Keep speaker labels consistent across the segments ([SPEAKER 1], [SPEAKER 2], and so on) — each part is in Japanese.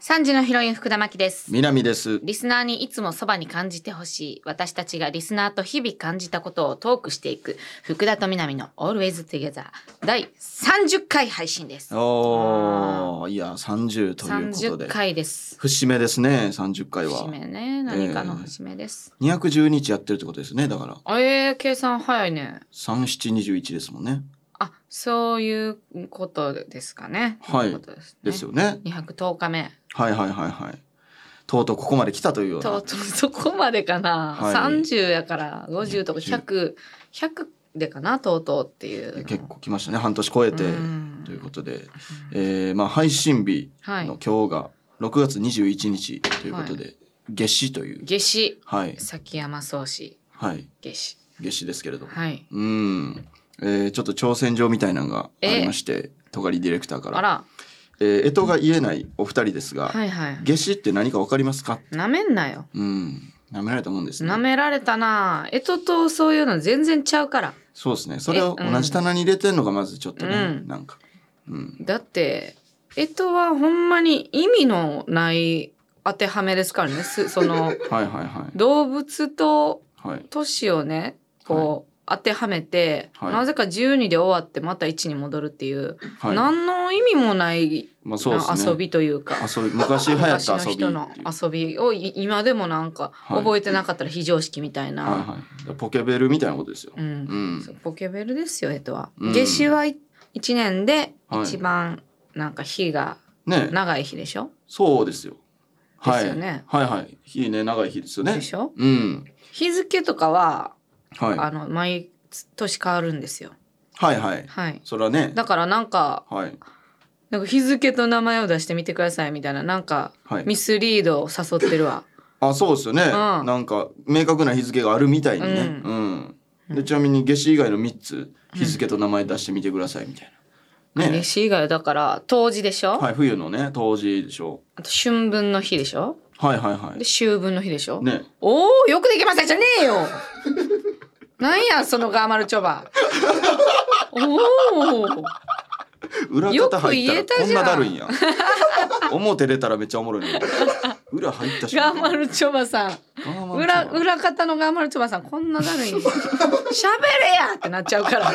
[SPEAKER 1] 三時のヒロイン福田真希です。
[SPEAKER 2] 南です。
[SPEAKER 1] リスナーにいつもそばに感じてほしい私たちがリスナーと日々感じたことをトークしていく福田と南の Always Together 第30回配信です
[SPEAKER 2] おお、いや、三十ということ
[SPEAKER 1] 30
[SPEAKER 2] で。
[SPEAKER 1] 回です
[SPEAKER 2] 節目ですね、三十回
[SPEAKER 1] 節
[SPEAKER 2] は。
[SPEAKER 1] 目ね何かの節目です、
[SPEAKER 2] 二百十日やってるってことですね、だから。
[SPEAKER 1] えー計算早いね
[SPEAKER 2] 三七二十一ですもんね。
[SPEAKER 1] あそういうことですかね
[SPEAKER 2] はい
[SPEAKER 1] とうことですね
[SPEAKER 2] ですよね。
[SPEAKER 1] 210日目
[SPEAKER 2] はいはいはいはい。とうとうここまで来たというよう
[SPEAKER 1] と
[SPEAKER 2] な
[SPEAKER 1] う。とうそこまでかな、
[SPEAKER 2] はい
[SPEAKER 1] 30やから50とか100100でかなとうとうっていう
[SPEAKER 2] 結構来ましたね、半年超えて。
[SPEAKER 1] うん
[SPEAKER 2] ということで、えー、まあ配信日
[SPEAKER 1] はい
[SPEAKER 2] の今日が六月二十一日ということで、夏至という。
[SPEAKER 1] 夏至
[SPEAKER 2] はい
[SPEAKER 1] 崎山宗氏
[SPEAKER 2] はい
[SPEAKER 1] 夏至
[SPEAKER 2] 夏至ですけれども。
[SPEAKER 1] はい
[SPEAKER 2] うん、えーちょっと挑戦状みたいなのがありまして、とがりディレクターから。
[SPEAKER 1] あら
[SPEAKER 2] えー、干支が言えないお二人ですが、
[SPEAKER 1] はいはい
[SPEAKER 2] 夏至って何かわかりますか？
[SPEAKER 1] なめんなよ
[SPEAKER 2] うん、舐められたもんです
[SPEAKER 1] な
[SPEAKER 2] ね。
[SPEAKER 1] められたなえととそういうの全然ちゃうから
[SPEAKER 2] そうですね。それを
[SPEAKER 1] えうん
[SPEAKER 2] 同じ棚に入れてんのがまずちょっとね、
[SPEAKER 1] うん
[SPEAKER 2] なんか、うん、
[SPEAKER 1] だってえとはほんまに意味のない当てはめですからねす その
[SPEAKER 2] はいはいは
[SPEAKER 1] 動物と
[SPEAKER 2] いはい。
[SPEAKER 1] 年をねこう、当てはめて、
[SPEAKER 2] はい
[SPEAKER 1] なぜか12で終わってまた1に戻るっていう、
[SPEAKER 2] はい、
[SPEAKER 1] 何の意味もない
[SPEAKER 2] まあそうです
[SPEAKER 1] な
[SPEAKER 2] ね。
[SPEAKER 1] 遊。びというか
[SPEAKER 2] 遊び昔流行っ
[SPEAKER 1] 昔
[SPEAKER 2] た
[SPEAKER 1] の
[SPEAKER 2] 遊びってい
[SPEAKER 1] 人
[SPEAKER 2] う。
[SPEAKER 1] の遊びをい今でもなんか
[SPEAKER 2] はい
[SPEAKER 1] 覚えてなかったら非常識みたいな、
[SPEAKER 2] はいはい。だからポケベルみたいなことですよ。
[SPEAKER 1] うん
[SPEAKER 2] うん
[SPEAKER 1] そうポケベルですよえとは、
[SPEAKER 2] うん
[SPEAKER 1] 夏至は1年で
[SPEAKER 2] はい
[SPEAKER 1] 一番なんか日が
[SPEAKER 2] ね、
[SPEAKER 1] 長い日でしょ、
[SPEAKER 2] そうですよ。はい。
[SPEAKER 1] ですよね
[SPEAKER 2] はいはい。日ね長い日ですよね
[SPEAKER 1] で。しょ
[SPEAKER 2] うん。
[SPEAKER 1] 日付とかは、
[SPEAKER 2] はい。
[SPEAKER 1] あの毎年変わるんですよ
[SPEAKER 2] はいはい。
[SPEAKER 1] はい
[SPEAKER 2] それはね。
[SPEAKER 1] だからなんか
[SPEAKER 2] はい。
[SPEAKER 1] なんか日付と名前を出してみてくださいみたいななんか
[SPEAKER 2] はい。
[SPEAKER 1] ミスリードを誘ってるわ
[SPEAKER 2] あそうですよね、
[SPEAKER 1] ん
[SPEAKER 2] なんか明確な日付があるみたいにね、
[SPEAKER 1] う
[SPEAKER 2] うん
[SPEAKER 1] う
[SPEAKER 2] で
[SPEAKER 1] ん
[SPEAKER 2] ちなみに夏至以外の3つ日付と名前出してみてくださいみたいな、ね
[SPEAKER 1] 夏至以外はだから冬至でしょ、
[SPEAKER 2] はい冬のね冬至でしょ
[SPEAKER 1] あと春分の日でしょ
[SPEAKER 2] はいはいは
[SPEAKER 1] で秋分の日でしょ、
[SPEAKER 2] いね
[SPEAKER 1] おおよくできましたじゃねえ よなんやそのガーマルチョバおお
[SPEAKER 2] 裏方入
[SPEAKER 1] よく言え
[SPEAKER 2] ったたらこん
[SPEAKER 1] じゃ
[SPEAKER 2] なんだるいんや 表出たらめっちゃおもろいのに裏入ったし
[SPEAKER 1] ガーマルチョバさん裏裏方のガーマルチョバさんこんなだるいんやしゃべれやってなっちゃうから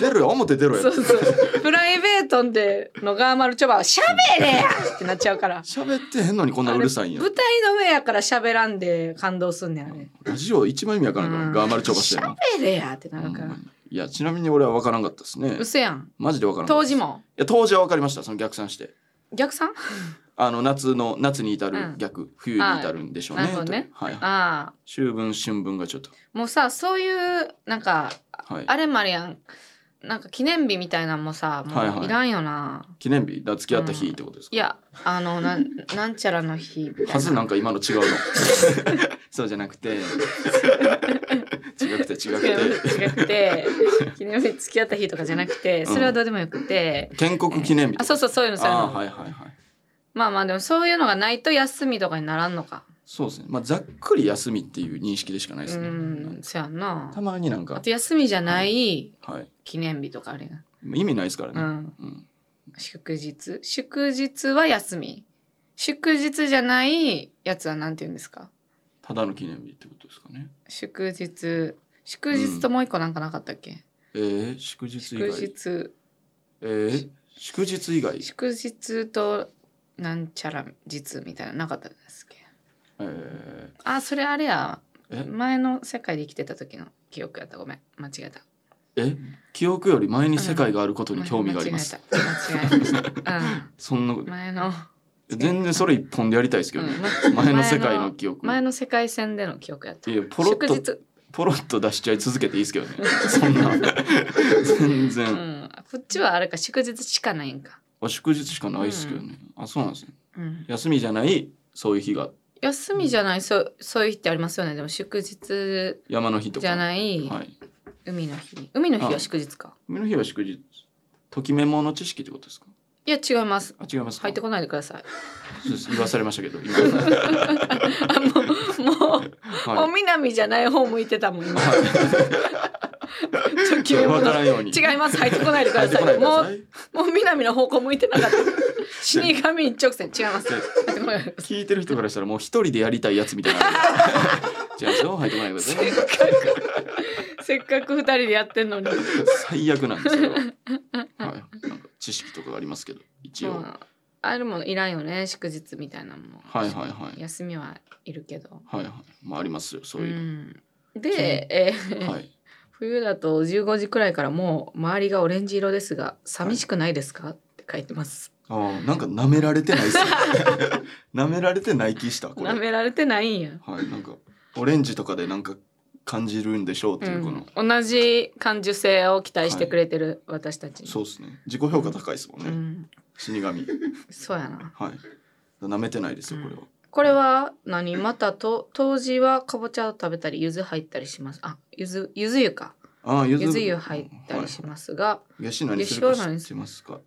[SPEAKER 2] 出るよ表出ろ
[SPEAKER 1] そ
[SPEAKER 2] よ
[SPEAKER 1] うそうプライベートでのガーマルチョバはしゃべれやってなっちゃうから
[SPEAKER 2] 喋ってへんのにこんなうるさいんや
[SPEAKER 1] 舞台の上やからしゃべらんで感動すんねやね
[SPEAKER 2] ラジオ一番意味わからんから、
[SPEAKER 1] うん
[SPEAKER 2] ガーマルチョバしてんの
[SPEAKER 1] べれやってなるか
[SPEAKER 2] ほ
[SPEAKER 1] ら
[SPEAKER 2] んまにいやちなみに俺はわからんかったですね
[SPEAKER 1] 嘘やん
[SPEAKER 2] マジでわからんかった
[SPEAKER 1] 当
[SPEAKER 2] です
[SPEAKER 1] 時も
[SPEAKER 2] いや当時はわかりましたその逆算して
[SPEAKER 1] 逆算
[SPEAKER 2] あの夏の夏に至
[SPEAKER 1] う
[SPEAKER 2] る
[SPEAKER 1] ん
[SPEAKER 2] 逆、冬に至るんでしょうね。
[SPEAKER 1] はいなるほどね
[SPEAKER 2] とはいはい。
[SPEAKER 1] ああ
[SPEAKER 2] 秋分春分がちょっと
[SPEAKER 1] もうさそういうなんか
[SPEAKER 2] はい
[SPEAKER 1] あれもあるやん。なんか記念日みたいなんもさ、
[SPEAKER 2] はい
[SPEAKER 1] も
[SPEAKER 2] は
[SPEAKER 1] う
[SPEAKER 2] い
[SPEAKER 1] いらんよな。い
[SPEAKER 2] 記念日だ付き合った日ってことですか。
[SPEAKER 1] や、あの、なん、 なんちゃらの日みたいな。
[SPEAKER 2] はずなんか今の違う の。そうじゃなくて
[SPEAKER 1] 違
[SPEAKER 2] 違くて違くて
[SPEAKER 1] う違くて、記念日付き合った日とかじゃなくて、それはどうでもよくて。
[SPEAKER 2] 建国記念日。
[SPEAKER 1] あ、そうそう、そういうの、そういうの。
[SPEAKER 2] あーはいはいはい。
[SPEAKER 1] まあまあ、でも、そういうのがないと休みとかにならんのか。
[SPEAKER 2] そうですね。まあざっくり休みっていう認識でしかないうですね。
[SPEAKER 1] ん、そやんな
[SPEAKER 2] た。まになん
[SPEAKER 1] あ
[SPEAKER 2] か
[SPEAKER 1] と休みじゃない
[SPEAKER 2] はい
[SPEAKER 1] 記念日とかあるやん。
[SPEAKER 2] 意味ないですから
[SPEAKER 1] う
[SPEAKER 2] ね。
[SPEAKER 1] ん。
[SPEAKER 2] うん。
[SPEAKER 1] 祝日。祝日は休み。祝日じゃないやつはなんて言うんですか
[SPEAKER 2] ただの記念日ってことですかね。
[SPEAKER 1] 祝日祝日ともう一個なんかなかったっけ、
[SPEAKER 2] えー、祝日以
[SPEAKER 1] 祝
[SPEAKER 2] 外。
[SPEAKER 1] 日
[SPEAKER 2] えー、祝日以外。
[SPEAKER 1] 祝日となんちゃら日みたいなのなかったですっけ
[SPEAKER 2] えー、
[SPEAKER 1] あそれあれや
[SPEAKER 2] え
[SPEAKER 1] 前の世界で生きてた時の記憶やったごめん間違えた
[SPEAKER 2] え記憶より前に世界があることに興味があります、
[SPEAKER 1] 間違えた間違えました、
[SPEAKER 2] そんな
[SPEAKER 1] うん、前の、
[SPEAKER 2] 全然それ一本でやりたいですけどね、
[SPEAKER 1] うん
[SPEAKER 2] 前の世界の記憶
[SPEAKER 1] 前の世界線での記憶やった
[SPEAKER 2] いやポロッ
[SPEAKER 1] 祝
[SPEAKER 2] と
[SPEAKER 1] 日、
[SPEAKER 2] ポロッと出しちゃい続けていいですけどねそんな 全
[SPEAKER 1] う
[SPEAKER 2] 然、
[SPEAKER 1] ん、こっちはあれか祝日しかないんか、
[SPEAKER 2] お祝日しかないですけどね、あそうなんですね
[SPEAKER 1] うん、
[SPEAKER 2] 休みじゃないそういう日が
[SPEAKER 1] 休みじゃないそうそういう日ってありますよねでも祝日
[SPEAKER 2] 山の日とか
[SPEAKER 1] じゃ
[SPEAKER 2] い、
[SPEAKER 1] ない、
[SPEAKER 2] はい、
[SPEAKER 1] 海の日に海の日は祝日か
[SPEAKER 2] 海の日は祝日ときメモの知識ってことですか
[SPEAKER 1] いや違います
[SPEAKER 2] あ違いますか
[SPEAKER 1] 入ってこないでください
[SPEAKER 2] そうです言わされましたけ ど今は
[SPEAKER 1] あもうもう、
[SPEAKER 2] い
[SPEAKER 1] もう南じゃない方向いてたもん今
[SPEAKER 2] は
[SPEAKER 1] ちょっと決め
[SPEAKER 2] 渡
[SPEAKER 1] 物
[SPEAKER 2] らんように
[SPEAKER 1] 違います入ってこないでく
[SPEAKER 2] 入
[SPEAKER 1] だ
[SPEAKER 2] って
[SPEAKER 1] さ
[SPEAKER 2] こな
[SPEAKER 1] い
[SPEAKER 2] いでくだ
[SPEAKER 1] も
[SPEAKER 2] さ
[SPEAKER 1] う
[SPEAKER 2] い
[SPEAKER 1] もう南の方向向いてなかった死神一直線違います入ってこないでください
[SPEAKER 2] 聞いてる人からしたらもう一人でやりたいやつみた いな違うでしょ入ってこないでください
[SPEAKER 1] せっかく二人でやってんのに
[SPEAKER 2] 最悪なんですけど、はい、なんか知識とかがありますけど一応、
[SPEAKER 1] まああるものいらんよね祝日みたいなのも
[SPEAKER 2] はいはいはい
[SPEAKER 1] 休みはいるけど
[SPEAKER 2] はいはいまあありますよそういうの、
[SPEAKER 1] うんで、えー
[SPEAKER 2] はい
[SPEAKER 1] 冬だと15時くらいからもう周りがオレンジ色ですが寂しくないですか、って書いてます
[SPEAKER 2] あーなんか舐められてないっすね 舐められてない気したこれ
[SPEAKER 1] なめられてないんや、
[SPEAKER 2] はいなんかオレンジとかでなんか感じるんでしょうっていうこの、
[SPEAKER 1] うん同じ感受性を期待してくれてる私たちに、
[SPEAKER 2] そうですね自己評価高いですもんね、
[SPEAKER 1] うん
[SPEAKER 2] 死神
[SPEAKER 1] そうやな
[SPEAKER 2] はい舐めてないですよこれは、
[SPEAKER 1] これは何またと当時はかぼちゃを食べたり柚子入ったりしますあ柚子柚子湯か
[SPEAKER 2] ああゆ
[SPEAKER 1] 柚子湯入ったりしますが、
[SPEAKER 2] よし何する
[SPEAKER 1] 夏至は
[SPEAKER 2] か
[SPEAKER 1] 何
[SPEAKER 2] 知っ
[SPEAKER 1] す
[SPEAKER 2] てますか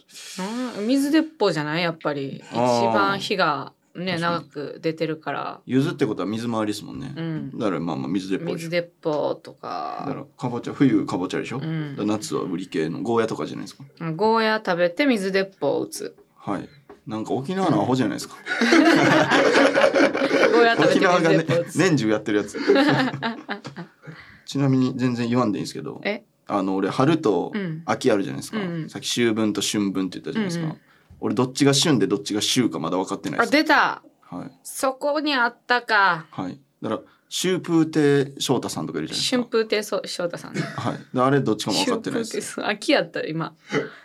[SPEAKER 1] うん、水鉄砲じゃないやっぱり一
[SPEAKER 2] あー
[SPEAKER 1] 番火がね
[SPEAKER 2] 確か
[SPEAKER 1] 長
[SPEAKER 2] に
[SPEAKER 1] く出てるから、
[SPEAKER 2] ゆずってことは水回りですもんね
[SPEAKER 1] う、ん、
[SPEAKER 2] だからまあまあ水鉄砲でし
[SPEAKER 1] 水
[SPEAKER 2] ょ
[SPEAKER 1] 鉄砲と
[SPEAKER 2] だか
[SPEAKER 1] から
[SPEAKER 2] かぼちゃ冬かぼちゃでしょ、
[SPEAKER 1] う
[SPEAKER 2] だか
[SPEAKER 1] ん
[SPEAKER 2] ら夏は売り系のゴーヤとかじゃないですか
[SPEAKER 1] ゴーヤ食べて水鉄砲を打つ
[SPEAKER 2] はいなんか沖縄のアホじゃないで すか、
[SPEAKER 1] ゴーヤ食べて
[SPEAKER 2] 沖縄
[SPEAKER 1] 水
[SPEAKER 2] がね
[SPEAKER 1] 鉄砲を打つ、
[SPEAKER 2] 年中やってるや つちなみに全然言わんでいいんですけど
[SPEAKER 1] え
[SPEAKER 2] あの俺春と
[SPEAKER 1] うん
[SPEAKER 2] 秋あるじゃないですか、
[SPEAKER 1] うんうん
[SPEAKER 2] さっき秋分と春分って言ったじゃないですか、
[SPEAKER 1] うんうん
[SPEAKER 2] 俺どっちが春でどっちが秋かまだ分かってないで
[SPEAKER 1] あ
[SPEAKER 2] す
[SPEAKER 1] 出た
[SPEAKER 2] はい
[SPEAKER 1] そこにあったか
[SPEAKER 2] はいだから秋風亭昇太さんとかいるじゃないです
[SPEAKER 1] 春
[SPEAKER 2] か
[SPEAKER 1] 風亭そう翔太さん ね
[SPEAKER 2] はいだからあれどっちかも分か
[SPEAKER 1] 春
[SPEAKER 2] ってない
[SPEAKER 1] 風
[SPEAKER 2] で
[SPEAKER 1] 亭
[SPEAKER 2] す
[SPEAKER 1] そう秋やった今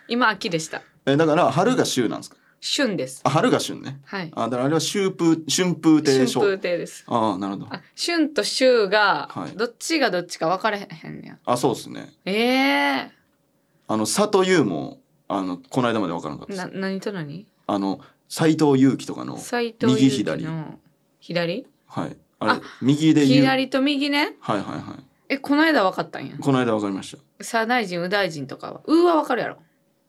[SPEAKER 1] 今秋でした
[SPEAKER 2] えだから春が秋なんですか
[SPEAKER 1] 春です
[SPEAKER 2] あ春が春ね
[SPEAKER 1] はい
[SPEAKER 2] あだからあれは秋風春風亭
[SPEAKER 1] 春
[SPEAKER 2] 昇
[SPEAKER 1] 風亭です
[SPEAKER 2] ああなるほど
[SPEAKER 1] あ春と秋が
[SPEAKER 2] はい
[SPEAKER 1] どっちがどっちか分かれへんねや
[SPEAKER 2] あそうですね
[SPEAKER 1] え
[SPEAKER 2] あの佐藤優もあのこの間まで分からなかっ
[SPEAKER 1] ー、
[SPEAKER 2] た
[SPEAKER 1] な
[SPEAKER 2] です
[SPEAKER 1] 何と何
[SPEAKER 2] あの斎藤佑樹とかの
[SPEAKER 1] 斉藤佑樹
[SPEAKER 2] 右
[SPEAKER 1] の左
[SPEAKER 2] はいあれ
[SPEAKER 1] あ
[SPEAKER 2] 右で言うはい
[SPEAKER 1] 左と右ね
[SPEAKER 2] はいは
[SPEAKER 1] えこの間分かったんや
[SPEAKER 2] いこの間分かりました
[SPEAKER 1] 左大臣右大臣とかはうーは分かるやろ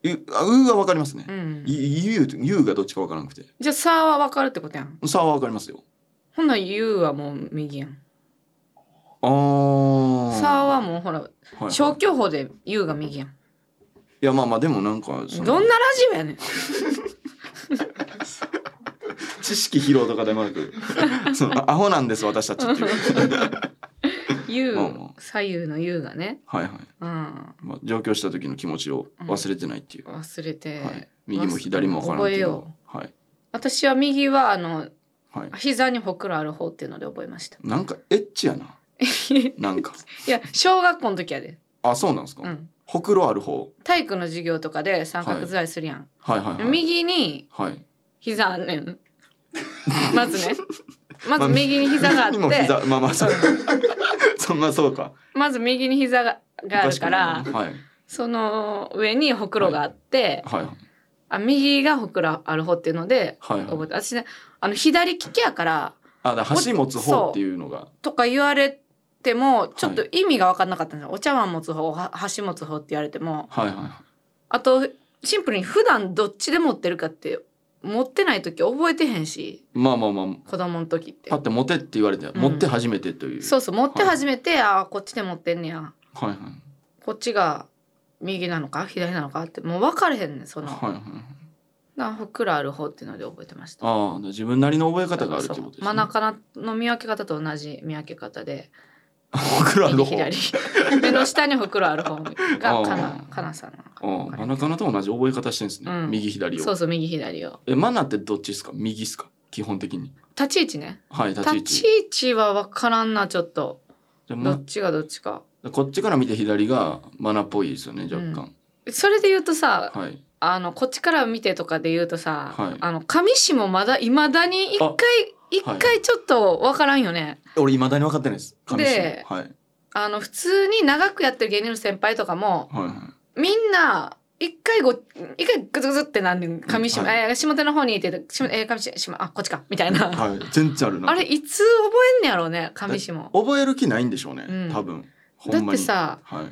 [SPEAKER 2] うあうーは分かりますね
[SPEAKER 1] うん
[SPEAKER 2] ゆゆゆうがどっちか分からなくて
[SPEAKER 1] じゃあさは分かるってことやん
[SPEAKER 2] さあは分かりますよ
[SPEAKER 1] ほんならゆうはもう右やん
[SPEAKER 2] ああ
[SPEAKER 1] さはもうほら
[SPEAKER 2] う、はい
[SPEAKER 1] 消去法でゆうが右やん
[SPEAKER 2] いやまあまあでもなんかその
[SPEAKER 1] どんなラジオやねん
[SPEAKER 2] 知識疲労とかでも なくそのアホなんです私たちっていう
[SPEAKER 1] ゆう
[SPEAKER 2] まあま
[SPEAKER 1] 左右のゆうがね
[SPEAKER 2] はいはい、
[SPEAKER 1] うん
[SPEAKER 2] まあ、上京した時の気持ちを忘れてないっていう、
[SPEAKER 1] 忘れて、
[SPEAKER 2] はい、右も左も分からないけ
[SPEAKER 1] 忘れ
[SPEAKER 2] ど
[SPEAKER 1] よ
[SPEAKER 2] はい
[SPEAKER 1] 私は右はあの
[SPEAKER 2] はい
[SPEAKER 1] 膝にほくろある方っていうので覚えました
[SPEAKER 2] なんかエッチ やな。なんか。
[SPEAKER 1] いや小学校の時やで
[SPEAKER 2] あ、そうなんですか。
[SPEAKER 1] うん
[SPEAKER 2] ほくろある方。
[SPEAKER 1] 体育の授業とかで三角座りするやん、
[SPEAKER 2] はいはいはい。
[SPEAKER 1] 右に
[SPEAKER 2] はい。
[SPEAKER 1] 膝あんねんまず ねまず右に膝があって、
[SPEAKER 2] にも膝、まあまあそう。 そんなそうか。
[SPEAKER 1] まず右に膝ががあるから
[SPEAKER 2] 確にはい。
[SPEAKER 1] その上にほくろがあって、
[SPEAKER 2] はい。
[SPEAKER 1] あ右がほくろある方っていうので
[SPEAKER 2] はい
[SPEAKER 1] 覚
[SPEAKER 2] は
[SPEAKER 1] え
[SPEAKER 2] い。
[SPEAKER 1] て私ねあの左利きやから
[SPEAKER 2] あ、だから箸持つ方っていうのが。
[SPEAKER 1] とか言われてもちょっと意味が分かんなかったんですよ、お茶碗持つ方は箸持つ方って言われても
[SPEAKER 2] はいはいは
[SPEAKER 1] あとシンプルに普段どっちで持ってるかって持ってない時覚えてへんし
[SPEAKER 2] い。まあまあまあ。
[SPEAKER 1] 子供の時って
[SPEAKER 2] パって持てって言われて、持って初めてという。
[SPEAKER 1] そうそう持って初めて、ああこっちで持ってんねや
[SPEAKER 2] はいはい。
[SPEAKER 1] こっちが右なのか左なのかってもう分かれへんねんその、
[SPEAKER 2] はいはい。
[SPEAKER 1] なほくらある方っていうので覚えてました
[SPEAKER 2] ああ、自分なりの覚え方があるってことです
[SPEAKER 1] そう真ん
[SPEAKER 2] ね。
[SPEAKER 1] 中の見分け方と同じ見分け方で
[SPEAKER 2] ほくろある
[SPEAKER 1] 右
[SPEAKER 2] 方。
[SPEAKER 1] 左 目の下にほくろある方が
[SPEAKER 2] あー
[SPEAKER 1] かなかなさんなのか
[SPEAKER 2] あ
[SPEAKER 1] な
[SPEAKER 2] あ、真ん中のと同じ覚え方してんですね。
[SPEAKER 1] うん
[SPEAKER 2] 右左
[SPEAKER 1] そ
[SPEAKER 2] を。
[SPEAKER 1] うそう右左を
[SPEAKER 2] え、マナってどっちですか。右ですか。基本的に。
[SPEAKER 1] 立ち位置ね
[SPEAKER 2] はい、立ち位
[SPEAKER 1] 立
[SPEAKER 2] 置
[SPEAKER 1] ち。位置は分からんなちょっと
[SPEAKER 2] で
[SPEAKER 1] ど
[SPEAKER 2] も
[SPEAKER 1] っちがどっちか
[SPEAKER 2] こっちから見て左がマナっぽいですよね若干、
[SPEAKER 1] それで言うとさ
[SPEAKER 2] はい
[SPEAKER 1] あのこっちから見てとかで言うとさ、
[SPEAKER 2] はい
[SPEAKER 1] あの上下もまだいまだに一回
[SPEAKER 2] あ
[SPEAKER 1] 一
[SPEAKER 2] はい
[SPEAKER 1] 回ちょっとわからんよね。
[SPEAKER 2] 俺未だに分かってないです紙芝居
[SPEAKER 1] で
[SPEAKER 2] はいはい
[SPEAKER 1] あの普通に長くやってる芸人の先輩とかも
[SPEAKER 2] はい
[SPEAKER 1] みんな一回ご一回グズグズってなんで上下、
[SPEAKER 2] はい
[SPEAKER 1] えー下手の方にいて下えー上下下あこっちかみたい な、
[SPEAKER 2] はい、はい、全然あるな
[SPEAKER 1] あれいつ覚えんねやろうね上下も。
[SPEAKER 2] 覚える気ないんでしょうね、
[SPEAKER 1] うん
[SPEAKER 2] 多分ほ
[SPEAKER 1] だ
[SPEAKER 2] ん
[SPEAKER 1] っ
[SPEAKER 2] ま
[SPEAKER 1] て
[SPEAKER 2] に
[SPEAKER 1] さ
[SPEAKER 2] はい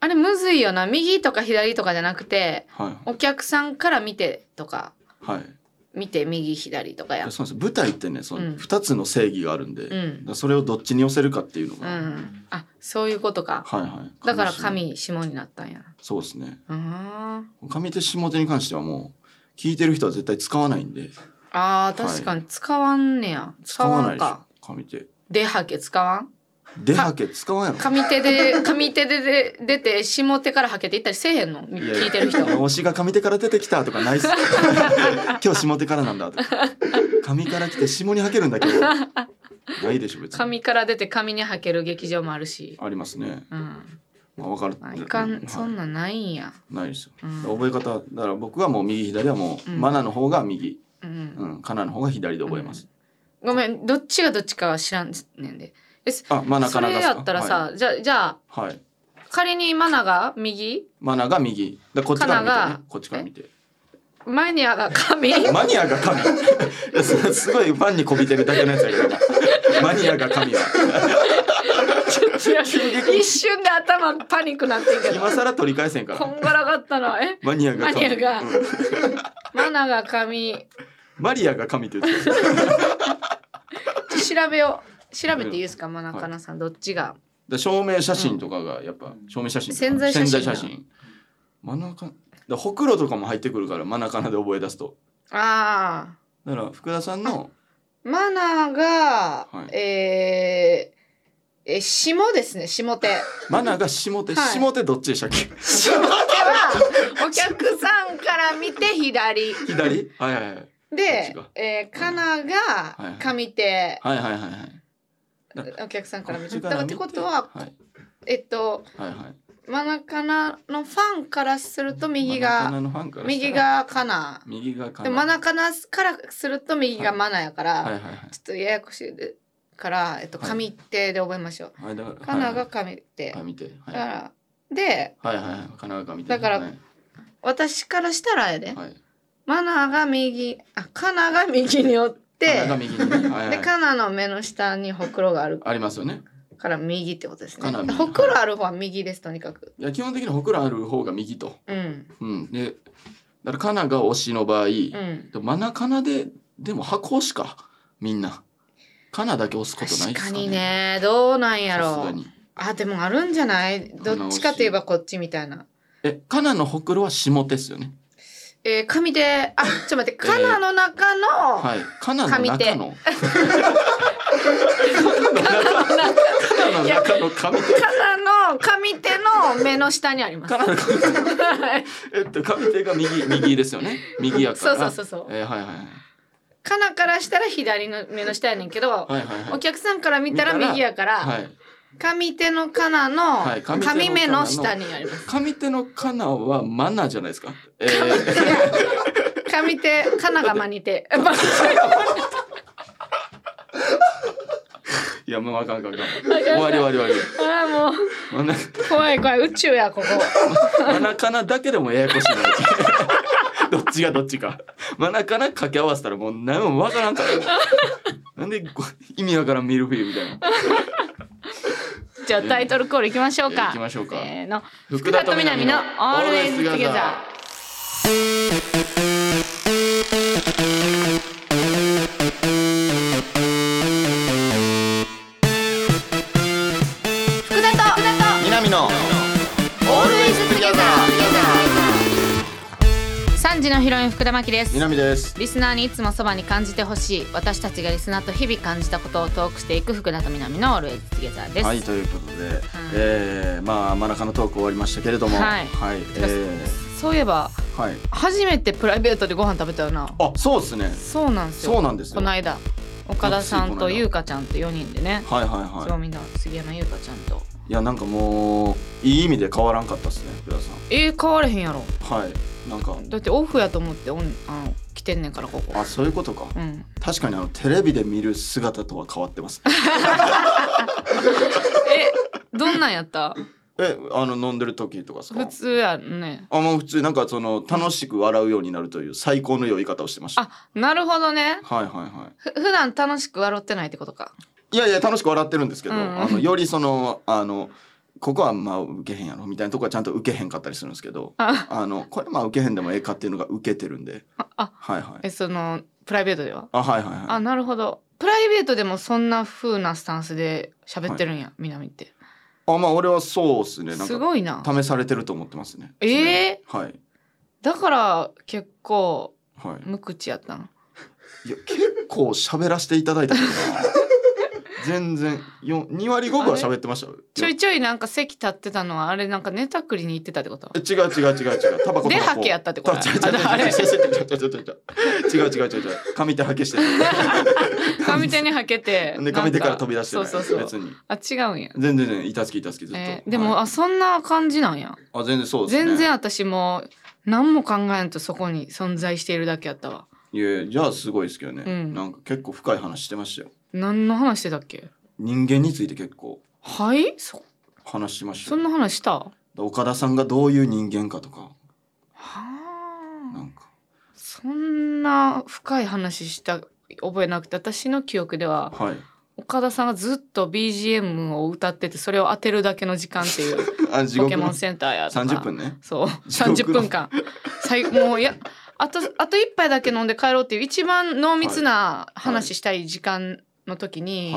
[SPEAKER 1] あれむずいよな右とか左とかじゃなくて
[SPEAKER 2] はい
[SPEAKER 1] お客さんから見てとか
[SPEAKER 2] はい
[SPEAKER 1] 見て右左とかや
[SPEAKER 2] そうなんです舞台ってねそ
[SPEAKER 1] うん
[SPEAKER 2] の2つの正義があるんで、
[SPEAKER 1] う
[SPEAKER 2] だか
[SPEAKER 1] ん
[SPEAKER 2] らそれをどっちに寄せるかっていうの
[SPEAKER 1] う
[SPEAKER 2] が、
[SPEAKER 1] んあそういうことか
[SPEAKER 2] はいはい
[SPEAKER 1] だから
[SPEAKER 2] 神
[SPEAKER 1] 神下になったんや
[SPEAKER 2] そうですね
[SPEAKER 1] あー
[SPEAKER 2] 上手下手に関してはもう聞いてる人は絶対使わないんで
[SPEAKER 1] あー確かに使わんねや使
[SPEAKER 2] わ
[SPEAKER 1] わ
[SPEAKER 2] ない
[SPEAKER 1] ん
[SPEAKER 2] でし
[SPEAKER 1] か
[SPEAKER 2] ょ上手
[SPEAKER 1] 出はけ使わん
[SPEAKER 2] 出はけ使わんやろ
[SPEAKER 1] 上手で上手でで出て下手からはけていったりせえへんの
[SPEAKER 2] いやいや
[SPEAKER 1] 聞いてる人
[SPEAKER 2] 推しが上手から出てきたとかない っす今日下手からなんだとか上から来て下にはけるんだけどないでしょ別に
[SPEAKER 1] 上から出て上にはける劇場もあるし
[SPEAKER 2] ありますね
[SPEAKER 1] うん
[SPEAKER 2] まあ分かる
[SPEAKER 1] まあいか
[SPEAKER 2] うん
[SPEAKER 1] そん
[SPEAKER 2] な
[SPEAKER 1] なんないんや
[SPEAKER 2] ないですよ
[SPEAKER 1] うん
[SPEAKER 2] 覚え方だから僕はもう右左はもう、
[SPEAKER 1] うん
[SPEAKER 2] マナの方が右、
[SPEAKER 1] う
[SPEAKER 2] うんん、カナの方が左で覚えます、
[SPEAKER 1] ごめんどっちがどっちかは知らんねんで
[SPEAKER 2] あマナ
[SPEAKER 1] そ
[SPEAKER 2] カナ
[SPEAKER 1] れ
[SPEAKER 2] が
[SPEAKER 1] やったらさ、じゃあじゃあ
[SPEAKER 2] はい、はい、
[SPEAKER 1] 仮にマナが右
[SPEAKER 2] マナが右だからこっちから見
[SPEAKER 1] カナ
[SPEAKER 2] て、
[SPEAKER 1] が
[SPEAKER 2] ね、こっちから見て
[SPEAKER 1] マニアが 神
[SPEAKER 2] マニアが神いやすすごいファンにこびてるだけのやつやけどマニアが神は
[SPEAKER 1] 一瞬で頭パニックなってんけど
[SPEAKER 2] 今更取り返せんから
[SPEAKER 1] こんがらがったなえ
[SPEAKER 2] マニアが神
[SPEAKER 1] マニアが
[SPEAKER 2] うん
[SPEAKER 1] マナが神
[SPEAKER 2] マリアが神って言ってた
[SPEAKER 1] 調べよう調べていいですかマナカナさんどっちが
[SPEAKER 2] で証明写真とかがやっぱ証明写真とか
[SPEAKER 1] 潜在写真
[SPEAKER 2] 潜在写真真中だほくろとかも入ってくるから真中で覚え出すと
[SPEAKER 1] ああ
[SPEAKER 2] だから福田さんの
[SPEAKER 1] マナが、
[SPEAKER 2] は
[SPEAKER 1] えーえ下ですね下 手
[SPEAKER 2] マナが下手、
[SPEAKER 1] はい
[SPEAKER 2] 下手どっちでしたっけ
[SPEAKER 1] 下手はお客さんから見て左
[SPEAKER 2] 左はいはいはい
[SPEAKER 1] で
[SPEAKER 2] こっち、
[SPEAKER 1] えー、かな
[SPEAKER 2] は
[SPEAKER 1] が
[SPEAKER 2] い
[SPEAKER 1] 上手、
[SPEAKER 2] はいはいはいはい
[SPEAKER 1] お客さんから見
[SPEAKER 2] こ
[SPEAKER 1] て
[SPEAKER 2] っちか
[SPEAKER 1] だから
[SPEAKER 2] ら
[SPEAKER 1] っ
[SPEAKER 2] 見
[SPEAKER 1] て
[SPEAKER 2] て
[SPEAKER 1] ことは
[SPEAKER 2] はい
[SPEAKER 1] えっと
[SPEAKER 2] はいはい
[SPEAKER 1] マナカナのファンからすると右
[SPEAKER 2] 真中
[SPEAKER 1] が
[SPEAKER 2] のファンからしたら
[SPEAKER 1] 右がカナ
[SPEAKER 2] 右がか
[SPEAKER 1] でマナカナからすると右がマナやから、
[SPEAKER 2] はいはいはい
[SPEAKER 1] ちょっとややこしいでから、えっと、
[SPEAKER 2] はい
[SPEAKER 1] 上手で覚えましょう。
[SPEAKER 2] はいだから
[SPEAKER 1] カナが
[SPEAKER 2] は
[SPEAKER 1] 上手、
[SPEAKER 2] いはい見ては
[SPEAKER 1] だか
[SPEAKER 2] いはい
[SPEAKER 1] らで
[SPEAKER 2] はいはい神奈川が見て
[SPEAKER 1] だから
[SPEAKER 2] はい
[SPEAKER 1] 私からしたらやで、
[SPEAKER 2] はい
[SPEAKER 1] マナが右あカナが右に寄っ
[SPEAKER 2] 神
[SPEAKER 1] て
[SPEAKER 2] 奈川 右にねはいは
[SPEAKER 1] で
[SPEAKER 2] い
[SPEAKER 1] カナの目の下にほくろがある
[SPEAKER 2] ありますよね
[SPEAKER 1] から右ってことですね
[SPEAKER 2] カナは。右
[SPEAKER 1] ほくろある方は右ですとにかく。
[SPEAKER 2] いや基本的にほくろある方が右と
[SPEAKER 1] うん
[SPEAKER 2] うん、でだからカナが推しの場合、
[SPEAKER 1] うん。
[SPEAKER 2] でもマナカナででも箱推しかみんなカナだけ押すことない
[SPEAKER 1] 確
[SPEAKER 2] っ
[SPEAKER 1] か
[SPEAKER 2] すかね
[SPEAKER 1] にねどうなんや
[SPEAKER 2] さす
[SPEAKER 1] ろ
[SPEAKER 2] が
[SPEAKER 1] う
[SPEAKER 2] に
[SPEAKER 1] あでもあるんじゃない
[SPEAKER 2] ナ
[SPEAKER 1] どっちかといえばこっちみたいな
[SPEAKER 2] えカナのほくろは下手っすよね
[SPEAKER 1] えー、紙で あちょっと待ってカナの中の、
[SPEAKER 2] はいカナの
[SPEAKER 1] 上 手
[SPEAKER 2] 中の
[SPEAKER 1] カナの
[SPEAKER 2] カナの中のカナの中の上手
[SPEAKER 1] 上手の目の下にあります。
[SPEAKER 2] カナの上手
[SPEAKER 1] はい
[SPEAKER 2] えっと上手が右右ですよね右や か
[SPEAKER 1] そ
[SPEAKER 2] ら
[SPEAKER 1] うそうそうそう。
[SPEAKER 2] えーはいはいはい
[SPEAKER 1] カナからしたら左の目の下やねんけど、
[SPEAKER 2] はいはいは
[SPEAKER 1] お
[SPEAKER 2] い
[SPEAKER 1] 客さんから見たら
[SPEAKER 2] 見たら
[SPEAKER 1] 右やから、
[SPEAKER 2] はい
[SPEAKER 1] 上手のカナの
[SPEAKER 2] はい上手のカナの
[SPEAKER 1] 上目の下にあります。
[SPEAKER 2] 上手のカナはマナじゃないですか、えー
[SPEAKER 1] 上手、カナが真似 て。
[SPEAKER 2] いやもうあかんあかんあかん
[SPEAKER 1] かん
[SPEAKER 2] 終わり終わり終わり
[SPEAKER 1] ああもう
[SPEAKER 2] マナ
[SPEAKER 1] 怖い怖い宇宙や ここ。
[SPEAKER 2] マナカナだけでもややこしいな どっちがどっちかマナカナ掛け合わせたらもう何もわからんからもうなんでこう意味わからんミルフィーユみたいな
[SPEAKER 1] じゃあタイトルコールいきましょう
[SPEAKER 2] えー
[SPEAKER 1] か。
[SPEAKER 2] 行きましょうか
[SPEAKER 1] せーの。
[SPEAKER 2] 福
[SPEAKER 1] 福田と南の Always Together。福田と福田と
[SPEAKER 2] 南の Always Together
[SPEAKER 1] 三時のヒロイン福田真希です。
[SPEAKER 2] 南です
[SPEAKER 1] リスナーにいつもそばに感じてほしい私たちがリスナーと日々感じたことをトークしていく福田と南のオールエイズゲザーです、
[SPEAKER 2] はいということで、えー、まあマナカのトーク終わりましたけれども
[SPEAKER 1] はい
[SPEAKER 2] はい、えー、
[SPEAKER 1] そういえば
[SPEAKER 2] はい
[SPEAKER 1] 初めてプライベートでご飯食べたよな
[SPEAKER 2] あそうですね
[SPEAKER 1] そうなんですよ
[SPEAKER 2] そうなんですよ
[SPEAKER 1] この
[SPEAKER 2] はい
[SPEAKER 1] 間岡田さんと優香ちゃんと4人でね
[SPEAKER 2] はい
[SPEAKER 1] そう
[SPEAKER 2] は
[SPEAKER 1] みんな杉山優香ちゃんと
[SPEAKER 2] いいやなんかもういい意味で変わらんかったですね福田さ
[SPEAKER 1] えー、変われへんやろ
[SPEAKER 2] んはいなんか
[SPEAKER 1] だってオフやと思ってオンあの来てんねんからここ
[SPEAKER 2] あそういうことか
[SPEAKER 1] うん
[SPEAKER 2] 確かにあのテレビで見る姿とは変わってます。
[SPEAKER 1] えどんなんやった
[SPEAKER 2] え、あの飲んでる時とかです
[SPEAKER 1] 普
[SPEAKER 2] か。
[SPEAKER 1] 通やね
[SPEAKER 2] あ、もう普通になんかその楽しく笑うようになるという最高の酔い方をしてました。
[SPEAKER 1] あなるほどね
[SPEAKER 2] はいはいは
[SPEAKER 1] ふ普段楽しく笑ってないってことか
[SPEAKER 2] い。いやいや楽しく笑ってるんですけど、
[SPEAKER 1] うん
[SPEAKER 2] あのよりそのあの。ここはまあ受けへんやろみたいなとこはちゃんと受けへんかったりするんですけど
[SPEAKER 1] あ
[SPEAKER 2] あのこれまあ受けへんでもええかっていうのが受けてるんで
[SPEAKER 1] ああ
[SPEAKER 2] はいはい
[SPEAKER 1] えそのプライベートでは
[SPEAKER 2] あはいはいはい
[SPEAKER 1] あなるほどプライベートでもそんな風なスタンスで喋ってるんや、みなみって
[SPEAKER 2] あまあ俺はそうですねなん
[SPEAKER 1] す
[SPEAKER 2] か
[SPEAKER 1] ごいな
[SPEAKER 2] 試されてると思ってますね
[SPEAKER 1] ええ
[SPEAKER 2] はい
[SPEAKER 1] だから結構
[SPEAKER 2] は
[SPEAKER 1] 無口やったの
[SPEAKER 2] いいや結構喋らせていただいたけどな全然よ2割5分は喋ってましたよ
[SPEAKER 1] ちょいちょいなんか席立ってたのはあれなんかネタくりに行ってたってこと
[SPEAKER 2] え違う違う違う違うタバコ
[SPEAKER 1] で
[SPEAKER 2] タバ
[SPEAKER 1] ハ
[SPEAKER 2] コ
[SPEAKER 1] ケやったってこと
[SPEAKER 2] 違う違う違う
[SPEAKER 1] あれ
[SPEAKER 2] 違う違う違う違う違う違う違う違う違う違う紙手はけして
[SPEAKER 1] 上手にはけて
[SPEAKER 2] で紙手から飛び出してない
[SPEAKER 1] そうそうそう
[SPEAKER 2] 別に
[SPEAKER 1] あ違うんや
[SPEAKER 2] 全然全然板つき板つきずっと、
[SPEAKER 1] えーでも、
[SPEAKER 2] はい
[SPEAKER 1] あそんな感じなんや、
[SPEAKER 2] あ全然そうですね
[SPEAKER 1] 全然私もう何も考えんとそこに存在しているだけやったわ
[SPEAKER 2] いやじゃあすごいですけどね、
[SPEAKER 1] うん
[SPEAKER 2] なんか結構深い話してましたよ
[SPEAKER 1] 何の話してたっけ
[SPEAKER 2] 人間について結構
[SPEAKER 1] はいそ
[SPEAKER 2] 話しました
[SPEAKER 1] そ
[SPEAKER 2] よ
[SPEAKER 1] んな話したは
[SPEAKER 2] 岡田さんがどういう人間かとかな
[SPEAKER 1] あ
[SPEAKER 2] んか
[SPEAKER 1] そんな深い話した覚えなくて私の記憶では
[SPEAKER 2] はい
[SPEAKER 1] 岡田さんがずっと BGM を歌っててそれを当てるだけの時間っていう
[SPEAKER 2] あ 地
[SPEAKER 1] ポ
[SPEAKER 2] 獄
[SPEAKER 1] ケモン
[SPEAKER 2] の
[SPEAKER 1] センターやとか
[SPEAKER 2] 30分ね
[SPEAKER 1] そう
[SPEAKER 2] 地獄の
[SPEAKER 1] 30分間最もういやあとあと一杯だけ飲んで帰ろうっていう一番濃密な話したい時間の時
[SPEAKER 2] は
[SPEAKER 1] に「
[SPEAKER 2] い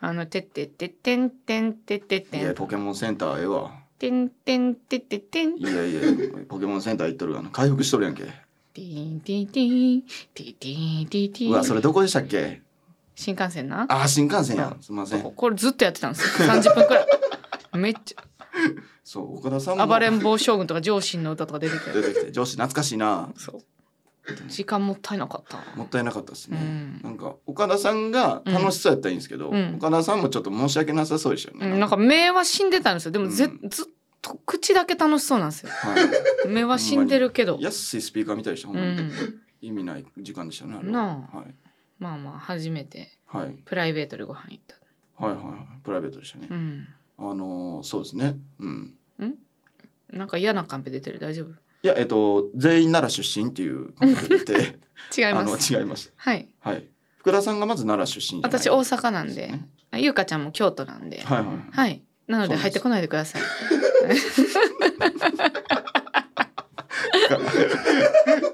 [SPEAKER 1] あのてってってってんてんてってって
[SPEAKER 2] はいいや
[SPEAKER 1] ん
[SPEAKER 2] ポケモンセンターええわ
[SPEAKER 1] てんてんてってってん
[SPEAKER 2] い」やいやポケモンセンター行っとるがな回復しとるやんけ
[SPEAKER 1] ティーンティーンティーンティーティーンティーティ
[SPEAKER 2] う
[SPEAKER 1] ー
[SPEAKER 2] わ
[SPEAKER 1] ン
[SPEAKER 2] それどこでしたっけ
[SPEAKER 1] 新幹線な
[SPEAKER 2] あー新幹線やんすいません
[SPEAKER 1] これずっとやってたんですよ30分くらいめっち
[SPEAKER 2] そう岡田さん
[SPEAKER 1] ゃ
[SPEAKER 2] も
[SPEAKER 1] 暴れん坊将軍とか上心の歌とか出てきて
[SPEAKER 2] 出てきて上司懐かしいな
[SPEAKER 1] そう時間もったいなかった
[SPEAKER 2] もったいなかったですね、
[SPEAKER 1] うん
[SPEAKER 2] なんか岡田さんが楽しそうやったらいいんですけど、
[SPEAKER 1] うん
[SPEAKER 2] 岡田さんもちょっと申し訳なさそうでしたよ
[SPEAKER 1] う
[SPEAKER 2] ね、
[SPEAKER 1] んなんか目は死んでたんですよでもぜ、
[SPEAKER 2] う
[SPEAKER 1] ずっと口だけ楽しそうなんですよ
[SPEAKER 2] は
[SPEAKER 1] 目は死んでるけど
[SPEAKER 2] い、安いスピーカーみたいでした、ほん
[SPEAKER 1] う
[SPEAKER 2] まに
[SPEAKER 1] ん
[SPEAKER 2] 意味ない時間でしたねあれは
[SPEAKER 1] なまあまあ初めて
[SPEAKER 2] はい、はい、
[SPEAKER 1] プライベートでご飯行った
[SPEAKER 2] はいはいはいプライベートでしたね、
[SPEAKER 1] うん
[SPEAKER 2] あのーそうですねうん
[SPEAKER 1] なんか嫌なカンペ出てる大丈夫
[SPEAKER 2] いやえっと全員奈良出身っていう感じで言って
[SPEAKER 1] 違い
[SPEAKER 2] あ
[SPEAKER 1] ま
[SPEAKER 2] の
[SPEAKER 1] す
[SPEAKER 2] 違いまし
[SPEAKER 1] はい
[SPEAKER 2] たはい福田さんがまず奈良出身じゃない
[SPEAKER 1] 私大阪なんで
[SPEAKER 2] ですね
[SPEAKER 1] あゆうかちゃんも京都なんで
[SPEAKER 2] はいはいはい
[SPEAKER 1] はいなので
[SPEAKER 2] そうです
[SPEAKER 1] 入ってこないでください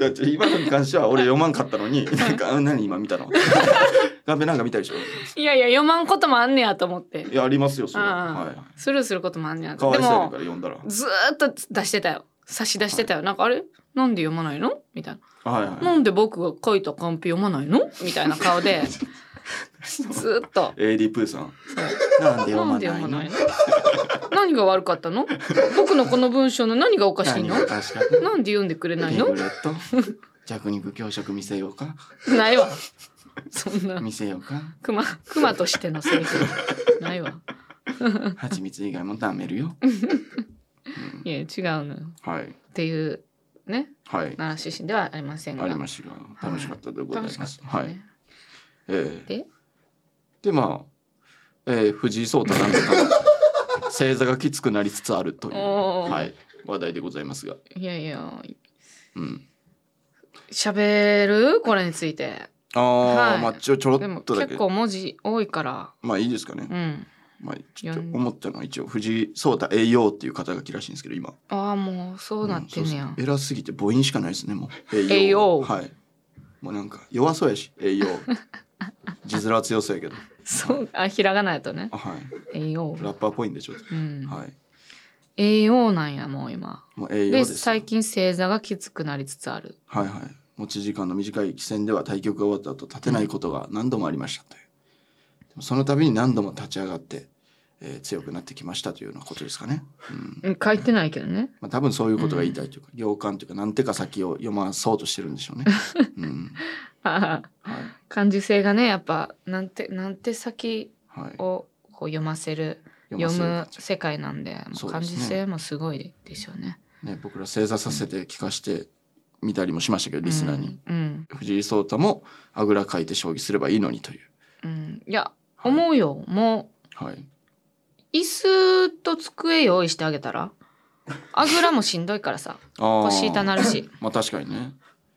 [SPEAKER 2] だって今のに関しては俺読まんかったのになんかあ何今見た のガンペなんか見たでしょ
[SPEAKER 1] いやいや読まんこともあんねやと思って
[SPEAKER 2] いやありますよそれは
[SPEAKER 1] うん
[SPEAKER 2] は
[SPEAKER 1] スルーすることもあんねや
[SPEAKER 2] いか
[SPEAKER 1] と
[SPEAKER 2] わ
[SPEAKER 1] で
[SPEAKER 2] いそうやねん
[SPEAKER 1] も
[SPEAKER 2] から読んだら
[SPEAKER 1] ずーっと出してたよ差し出してたよ、なんかあれなんで読まないのみたいな
[SPEAKER 2] はいはい
[SPEAKER 1] なんで僕が書いたカンペ読まないのみたいな顔 でずーっと
[SPEAKER 2] AD プーさん
[SPEAKER 1] そう
[SPEAKER 2] なんで読
[SPEAKER 1] な
[SPEAKER 2] ま
[SPEAKER 1] んで
[SPEAKER 2] ない
[SPEAKER 1] 読ま
[SPEAKER 2] の
[SPEAKER 1] ないの何が悪かったの僕のこの文章の何がおかしい
[SPEAKER 2] 何
[SPEAKER 1] の
[SPEAKER 2] がおかしかったの
[SPEAKER 1] なんで読んでくれない
[SPEAKER 2] ピ
[SPEAKER 1] の
[SPEAKER 2] ンクレット弱肉強食見せようか
[SPEAKER 1] ないわそんな
[SPEAKER 2] 見せようか
[SPEAKER 1] 熊熊としてのセリフないわ
[SPEAKER 2] 蜂蜜以外もダメるよ、うん
[SPEAKER 1] いや違うのよ
[SPEAKER 2] はい
[SPEAKER 1] っていうね
[SPEAKER 2] はい
[SPEAKER 1] 奈良出身ではありませんが
[SPEAKER 2] ありましたが楽しかったでござい
[SPEAKER 1] 楽しか
[SPEAKER 2] ま
[SPEAKER 1] っ
[SPEAKER 2] す
[SPEAKER 1] た、
[SPEAKER 2] はい、
[SPEAKER 1] ね
[SPEAKER 2] ええ
[SPEAKER 1] で
[SPEAKER 2] でまあ、えー藤井聡太なんとかの 正座がきつくなりつつあるという、
[SPEAKER 1] おー
[SPEAKER 2] はい、話題でございますが、
[SPEAKER 1] いやいや
[SPEAKER 2] うん、
[SPEAKER 1] 喋るこれについて
[SPEAKER 2] あー、
[SPEAKER 1] はい
[SPEAKER 2] まあちょちょ
[SPEAKER 1] で
[SPEAKER 2] ろ
[SPEAKER 1] も
[SPEAKER 2] っとだけ
[SPEAKER 1] 結構文字多いから
[SPEAKER 2] まあいいですかね、
[SPEAKER 1] うん
[SPEAKER 2] まあ、ちょっと
[SPEAKER 1] 読んで
[SPEAKER 2] 思ったのは一応藤井聡太栄養っていう肩書きらしいんですけど今
[SPEAKER 1] ああもうそうなってんねや、
[SPEAKER 2] うんそうそう偉すぎて母音しかないですねも う
[SPEAKER 1] 栄養
[SPEAKER 2] はいもうなんか弱そうやし 栄養字面は強そうやけど
[SPEAKER 1] そうあひらがなやとね
[SPEAKER 2] あはい
[SPEAKER 1] 栄養
[SPEAKER 2] ラッパーっぽいんでちょっと、
[SPEAKER 1] うん、
[SPEAKER 2] はい
[SPEAKER 1] 栄養なんやもう今
[SPEAKER 2] もう栄養
[SPEAKER 1] で
[SPEAKER 2] です
[SPEAKER 1] 最近正座がきつくなりつつある
[SPEAKER 2] はいはい。持ち時間の短い棋戦では対局が終わった後立てないことが何度もありましたという。でもその度に何度も立ち上がって、えー強くなってきましたというようなことですかね。う
[SPEAKER 1] う
[SPEAKER 2] ん
[SPEAKER 1] ん書いてないけどね
[SPEAKER 2] まあ、多分そういうことが言いたいというか、行間というか何てか先を読まそうとしてるん でしょうね。うん、
[SPEAKER 1] ああ
[SPEAKER 2] はい
[SPEAKER 1] 感受性がねやっぱなんてなんて先
[SPEAKER 2] はい。
[SPEAKER 1] をこう読ませる読
[SPEAKER 2] ませる
[SPEAKER 1] む
[SPEAKER 2] 感じ
[SPEAKER 1] 世界なんでも
[SPEAKER 2] そうう
[SPEAKER 1] 感
[SPEAKER 2] ですね
[SPEAKER 1] 受性もすごいでしょうね。
[SPEAKER 2] ね、僕ら正座させて聞かしてみたりもしましたけど、リスナーに。
[SPEAKER 1] うん、
[SPEAKER 2] 藤井聡太もあぐらかいて将棋すればいいのにという。
[SPEAKER 1] うんうんいや
[SPEAKER 2] はい
[SPEAKER 1] 思うよも
[SPEAKER 2] はい。
[SPEAKER 1] う椅子と机用意してあげた らあぐらもしんどいからさ
[SPEAKER 2] あー
[SPEAKER 1] 腰痛なるし
[SPEAKER 2] まあ確かにね。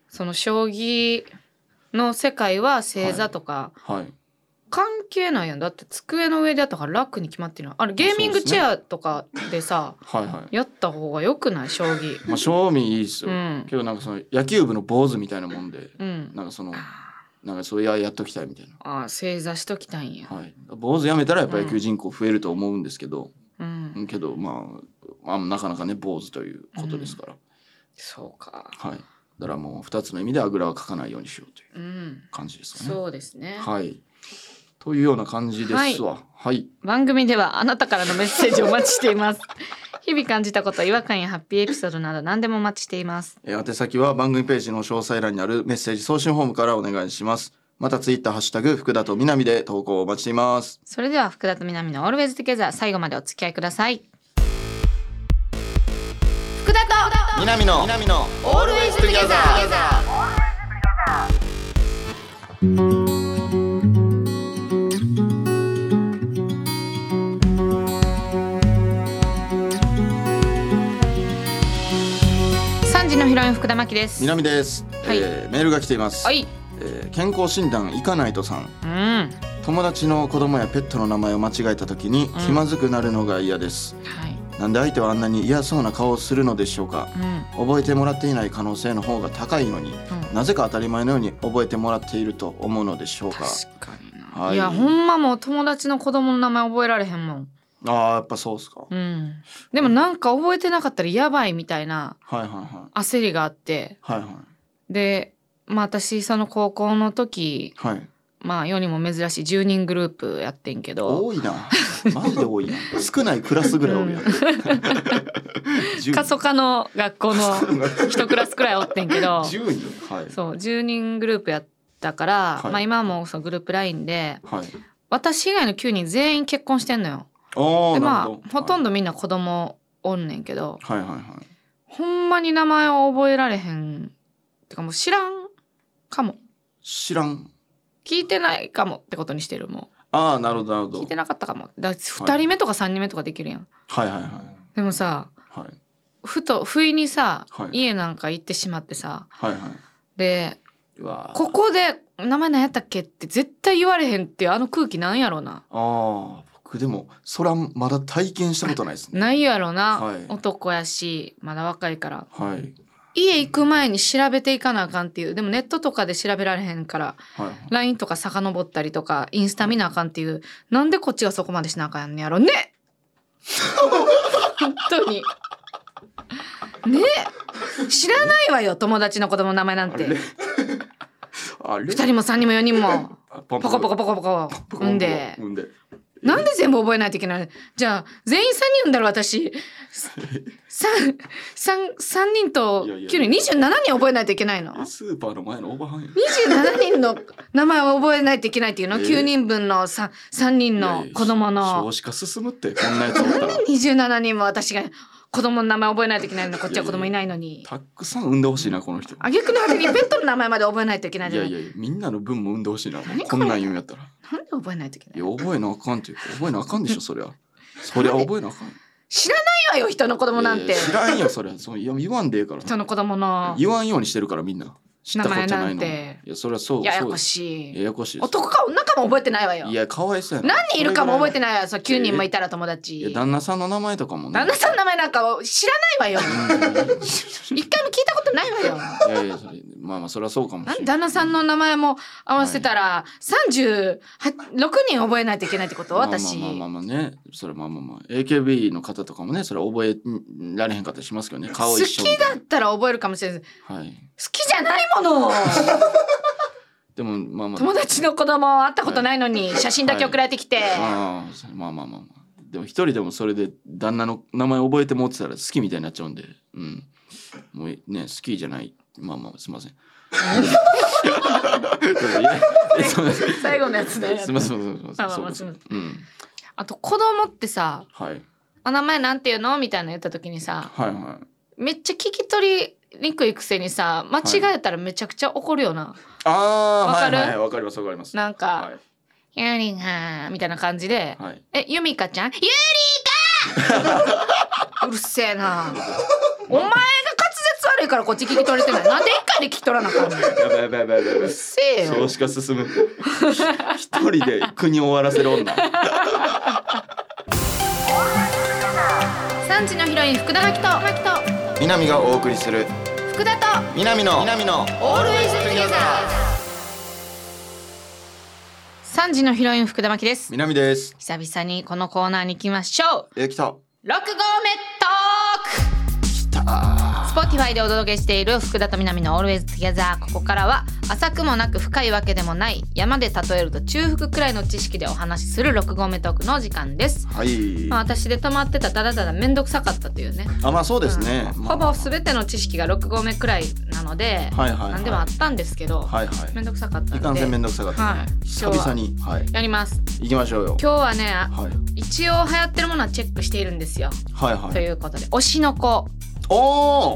[SPEAKER 1] その将棋の世界は正座とか
[SPEAKER 2] はい。
[SPEAKER 1] 関係ないやんだって机の上でやったから楽に決まってるのあれゲーミングチェアとかでさ
[SPEAKER 2] はいは
[SPEAKER 1] やった方がよくない将棋
[SPEAKER 2] いまあ賞味いいっす
[SPEAKER 1] う
[SPEAKER 2] よ、
[SPEAKER 1] ん
[SPEAKER 2] けどなんかその野球部の坊主みたいなもんで
[SPEAKER 1] うん
[SPEAKER 2] なんかそのなんかそういうやっときたいみたいな
[SPEAKER 1] ああ正座しときたいんや、
[SPEAKER 2] はい、坊主やめたらやっぱ野球人口増えると思うんですけど、
[SPEAKER 1] うん、
[SPEAKER 2] けどまあ、まあ、なかなかね坊主ということですから、
[SPEAKER 1] そうか
[SPEAKER 2] はいだからもう2つの意味であぐらはかかないようにしようという
[SPEAKER 1] うん
[SPEAKER 2] 感じですかね。
[SPEAKER 1] そうですね、
[SPEAKER 2] はいというような感じですわ。はい、
[SPEAKER 1] 番組ではあなたからのメッセージをお待ちしています 日々感じたこと違和感やハッピーエピソードなど何でもお待ちしています
[SPEAKER 2] えー宛先は番組ページの詳細欄にあるメッセージ送信フォームからお願いします。またツイッターハッシュタグ福田と南で投稿をお待ちしています。
[SPEAKER 1] それでは福田と南の Always Together 最後までお付き合いください福田と
[SPEAKER 2] 南の南の
[SPEAKER 1] Always Together 三時のヒロイン福田真希です
[SPEAKER 2] 南です、
[SPEAKER 1] はい
[SPEAKER 2] えーメールが来ています、
[SPEAKER 1] はい
[SPEAKER 2] えー健康診断行かないとさん
[SPEAKER 1] うん
[SPEAKER 2] 友達の子供やペットの名前を間違えた時に気まずくなるのが嫌です、
[SPEAKER 1] はい
[SPEAKER 2] なんで相手はあんなに嫌そうな顔をするのでしょうか
[SPEAKER 1] うん
[SPEAKER 2] 覚えてもらっていない可能性の方が高いのに
[SPEAKER 1] うん
[SPEAKER 2] なぜか当たり前のように覚えてもらっていると思うのでしょうか
[SPEAKER 1] 確かにな、
[SPEAKER 2] はい
[SPEAKER 1] い、やほんまもう友達の子供の名前覚えられへんもん
[SPEAKER 2] あーやっぱそうっすか、
[SPEAKER 1] うんでもなんか覚えてなかったらやばいみたいな
[SPEAKER 2] はいはいは
[SPEAKER 1] 焦りがあって
[SPEAKER 2] いはい
[SPEAKER 1] でまあ私その高校の時
[SPEAKER 2] はいはい
[SPEAKER 1] まあ世にも珍しい10人グループやってんけど
[SPEAKER 2] 多いなマジで多いな少ないクラスぐらい 多いやん10
[SPEAKER 1] 過疎化の学校の一クラスくらいおってんけ ど
[SPEAKER 2] 10人はい
[SPEAKER 1] そう10人グループやったから、
[SPEAKER 2] はい
[SPEAKER 1] まあ今はもうそのグループ LINE で
[SPEAKER 2] はい
[SPEAKER 1] 私以外の9人全員結婚してんのよ。
[SPEAKER 2] お
[SPEAKER 1] で
[SPEAKER 2] ー
[SPEAKER 1] ま
[SPEAKER 2] な
[SPEAKER 1] あ
[SPEAKER 2] るほど
[SPEAKER 1] ほとんどみんな子供おんねんけど、
[SPEAKER 2] はいはいはいはい
[SPEAKER 1] ほんまに名前を覚えられへんてかもう知らんかも
[SPEAKER 2] 知らん
[SPEAKER 1] 聞いてないかもってことにしてるも
[SPEAKER 2] ああなるほどなる
[SPEAKER 1] う聞
[SPEAKER 2] ほ
[SPEAKER 1] いて
[SPEAKER 2] ど
[SPEAKER 1] なかったかもだ2人目とか3人目とかできるやん、
[SPEAKER 2] はいはいはい
[SPEAKER 1] でもさ
[SPEAKER 2] はい
[SPEAKER 1] ふと不意にさ、
[SPEAKER 2] はい
[SPEAKER 1] 家なんか行ってしまってさ
[SPEAKER 2] はいはい。
[SPEAKER 1] で
[SPEAKER 2] うわー
[SPEAKER 1] ここで「名前何やったっけ?」って絶対言われへんっていうあの空気なんやろな
[SPEAKER 2] ああ、僕でも、そらまだ体験したことないですね。
[SPEAKER 1] ないやろな、
[SPEAKER 2] はい
[SPEAKER 1] 男やしまだ若いから
[SPEAKER 2] はい。
[SPEAKER 1] 家行く前に調べていかなあかんっていうでもネットとかで調べられへんから
[SPEAKER 2] はい。
[SPEAKER 1] LINE とか遡ったりとかインスタ見なあかんっていうなんでこっちがそこまでしなあかんねやろね本当にね知らないわよ友達の子供の名前なんて2
[SPEAKER 2] あれ。
[SPEAKER 1] 人も3人も4人も
[SPEAKER 2] ポ
[SPEAKER 1] ポコポコポコポコ産んで
[SPEAKER 2] 産んで。
[SPEAKER 1] なんで全部覚えないといけないのじゃあ全員3人産んだろ私 3, 3, 3人と
[SPEAKER 2] いやい
[SPEAKER 1] 9
[SPEAKER 2] や
[SPEAKER 1] 人27人覚えないといけないの
[SPEAKER 2] スーパーの前のオーバーハンや。
[SPEAKER 1] 27人の名前を覚えないといけないっていうの、
[SPEAKER 2] ええ
[SPEAKER 1] 9人分の 3, 三人の子供
[SPEAKER 2] いやいや
[SPEAKER 1] の
[SPEAKER 2] 少子化進むって、こんなやつおった ら。
[SPEAKER 1] 27人も私が子供の名前覚えないといけないのこっちは子供いないのに
[SPEAKER 2] たくさん産んでほしいな、この人。い
[SPEAKER 1] あげくの果てにペットの名前まで覚えないといけな
[SPEAKER 2] や
[SPEAKER 1] い
[SPEAKER 2] い
[SPEAKER 1] じゃ
[SPEAKER 2] や
[SPEAKER 1] ない
[SPEAKER 2] いや、みんなの分も産んでほしいな。
[SPEAKER 1] 何これ
[SPEAKER 2] こんなん言うんやったら。
[SPEAKER 1] なんで覚えないといけない
[SPEAKER 2] いや、覚えなあかんっていうか覚えなあかんでしょ、そりゃ。そりゃ覚えなあかん。
[SPEAKER 1] 知らないわよ人の子供なん
[SPEAKER 2] い
[SPEAKER 1] て
[SPEAKER 2] やいや知らんよ、そりゃ。そういや言わんでええから。
[SPEAKER 1] 人の子供の
[SPEAKER 2] 言わんようにしてるから、みんな。知ったことじゃな
[SPEAKER 1] 名前なん
[SPEAKER 2] いの。い
[SPEAKER 1] て
[SPEAKER 2] や、そりゃそう。
[SPEAKER 1] ややこ
[SPEAKER 2] そう
[SPEAKER 1] し
[SPEAKER 2] ですや
[SPEAKER 1] い
[SPEAKER 2] やこしいです。
[SPEAKER 1] 男か女かも覚えてないわよ
[SPEAKER 2] いや、かわいそうやな。
[SPEAKER 1] 何人いるかも覚えて
[SPEAKER 2] い。
[SPEAKER 1] ないわよそう9人もいたら友達
[SPEAKER 2] いや、旦那さんの名前とかもね。
[SPEAKER 1] 旦那さんの名前なんか知らないわよ一回も聞いたことないわよ
[SPEAKER 2] いやいや、それまあまあ、それはそうかもし
[SPEAKER 1] なん
[SPEAKER 2] れな
[SPEAKER 1] で
[SPEAKER 2] い。
[SPEAKER 1] 旦那さんの名前も合わせたら36人覚えないといけないってこと私
[SPEAKER 2] まあまあまあまあね、それまあまあまあ、AKB の方とかもね、それは覚えられへんかったりしますけどね、顔
[SPEAKER 1] 好
[SPEAKER 2] 一緒
[SPEAKER 1] き
[SPEAKER 2] みた
[SPEAKER 1] だ
[SPEAKER 2] い
[SPEAKER 1] ったら覚えるかもしれない好
[SPEAKER 2] な。はい。
[SPEAKER 1] きじゃないも の
[SPEAKER 2] でも、まあまあ。
[SPEAKER 1] 友達の子供会ったことないのに写真だけ送られてきて、
[SPEAKER 2] ああそれまあまあまあまあ。でも一人でもそれで旦那の名前覚えて持ってたら好きみたいになっちゃうんで、うん。もうね、好きじゃない。まあまあ、すいません。いやえそうです
[SPEAKER 1] 最後のやつで、
[SPEAKER 2] すみません、すみません、
[SPEAKER 1] あまあまあ
[SPEAKER 2] そうですうん、
[SPEAKER 1] あと子供ってさ
[SPEAKER 2] はい、
[SPEAKER 1] 「お名前なんていうの?」みたいなの言った時にさ
[SPEAKER 2] はい、はい。
[SPEAKER 1] めっちゃ聞き取りにくいくせにさ間違えたらめちゃくちゃ怒るよな、
[SPEAKER 2] あ
[SPEAKER 1] わ
[SPEAKER 2] あ
[SPEAKER 1] か
[SPEAKER 2] ー、
[SPEAKER 1] る
[SPEAKER 2] はい、はい、わかります、わかります。
[SPEAKER 1] なんか
[SPEAKER 2] は
[SPEAKER 1] 「ゆりが」みたいな感じで
[SPEAKER 2] い、はい。
[SPEAKER 1] 「えユミカちゃん?」「ゆりか! 」うるせえなお前が滑舌質悪いからこっち聞き取れてないなんで一回で聞き取らなあかんのうっ
[SPEAKER 3] やばいやばいやばいやばい
[SPEAKER 1] せえ
[SPEAKER 3] 少
[SPEAKER 1] よ
[SPEAKER 3] 子化進む一人で国を終わらせる女
[SPEAKER 1] 産地のヒロイン福田真希と
[SPEAKER 2] 南がお送りする
[SPEAKER 1] 福田と
[SPEAKER 2] 南の南の
[SPEAKER 1] オールウェイズトゥギャザー産地のヒロイン福田真希です
[SPEAKER 2] 南です
[SPEAKER 1] 久々にこのコーナーに行きましょう
[SPEAKER 2] えー、来た
[SPEAKER 1] 六合目トーク
[SPEAKER 2] 来たあ
[SPEAKER 1] Spotify でお届けしている福田と南の Always Together ここからは浅くもなく深いわけでもない山で例えると中腹くらいの知識でお話しする6合目トークの時間です、
[SPEAKER 2] ーはい
[SPEAKER 1] まあ、私で止まってたただただ面倒くさかったというね
[SPEAKER 2] あまあそうですね、
[SPEAKER 1] うん
[SPEAKER 2] まあ
[SPEAKER 1] ほぼ全ての知識が6合目くらいなので、
[SPEAKER 2] はいはいはい
[SPEAKER 1] 何でもあったんですけど、
[SPEAKER 2] はいはい
[SPEAKER 1] 面倒くさかった
[SPEAKER 2] い
[SPEAKER 1] の
[SPEAKER 2] かん
[SPEAKER 1] で
[SPEAKER 2] せんめんどくさかった、
[SPEAKER 1] はい
[SPEAKER 2] 久
[SPEAKER 1] 今日
[SPEAKER 2] 々
[SPEAKER 1] は
[SPEAKER 2] にはい
[SPEAKER 1] やります
[SPEAKER 2] 行きましょうよ
[SPEAKER 1] 今日はね、あ
[SPEAKER 2] はい
[SPEAKER 1] 一応流行ってるものはチェックしているんですよ、
[SPEAKER 2] はい
[SPEAKER 1] と
[SPEAKER 2] はい
[SPEAKER 1] いうことで推しの子
[SPEAKER 2] お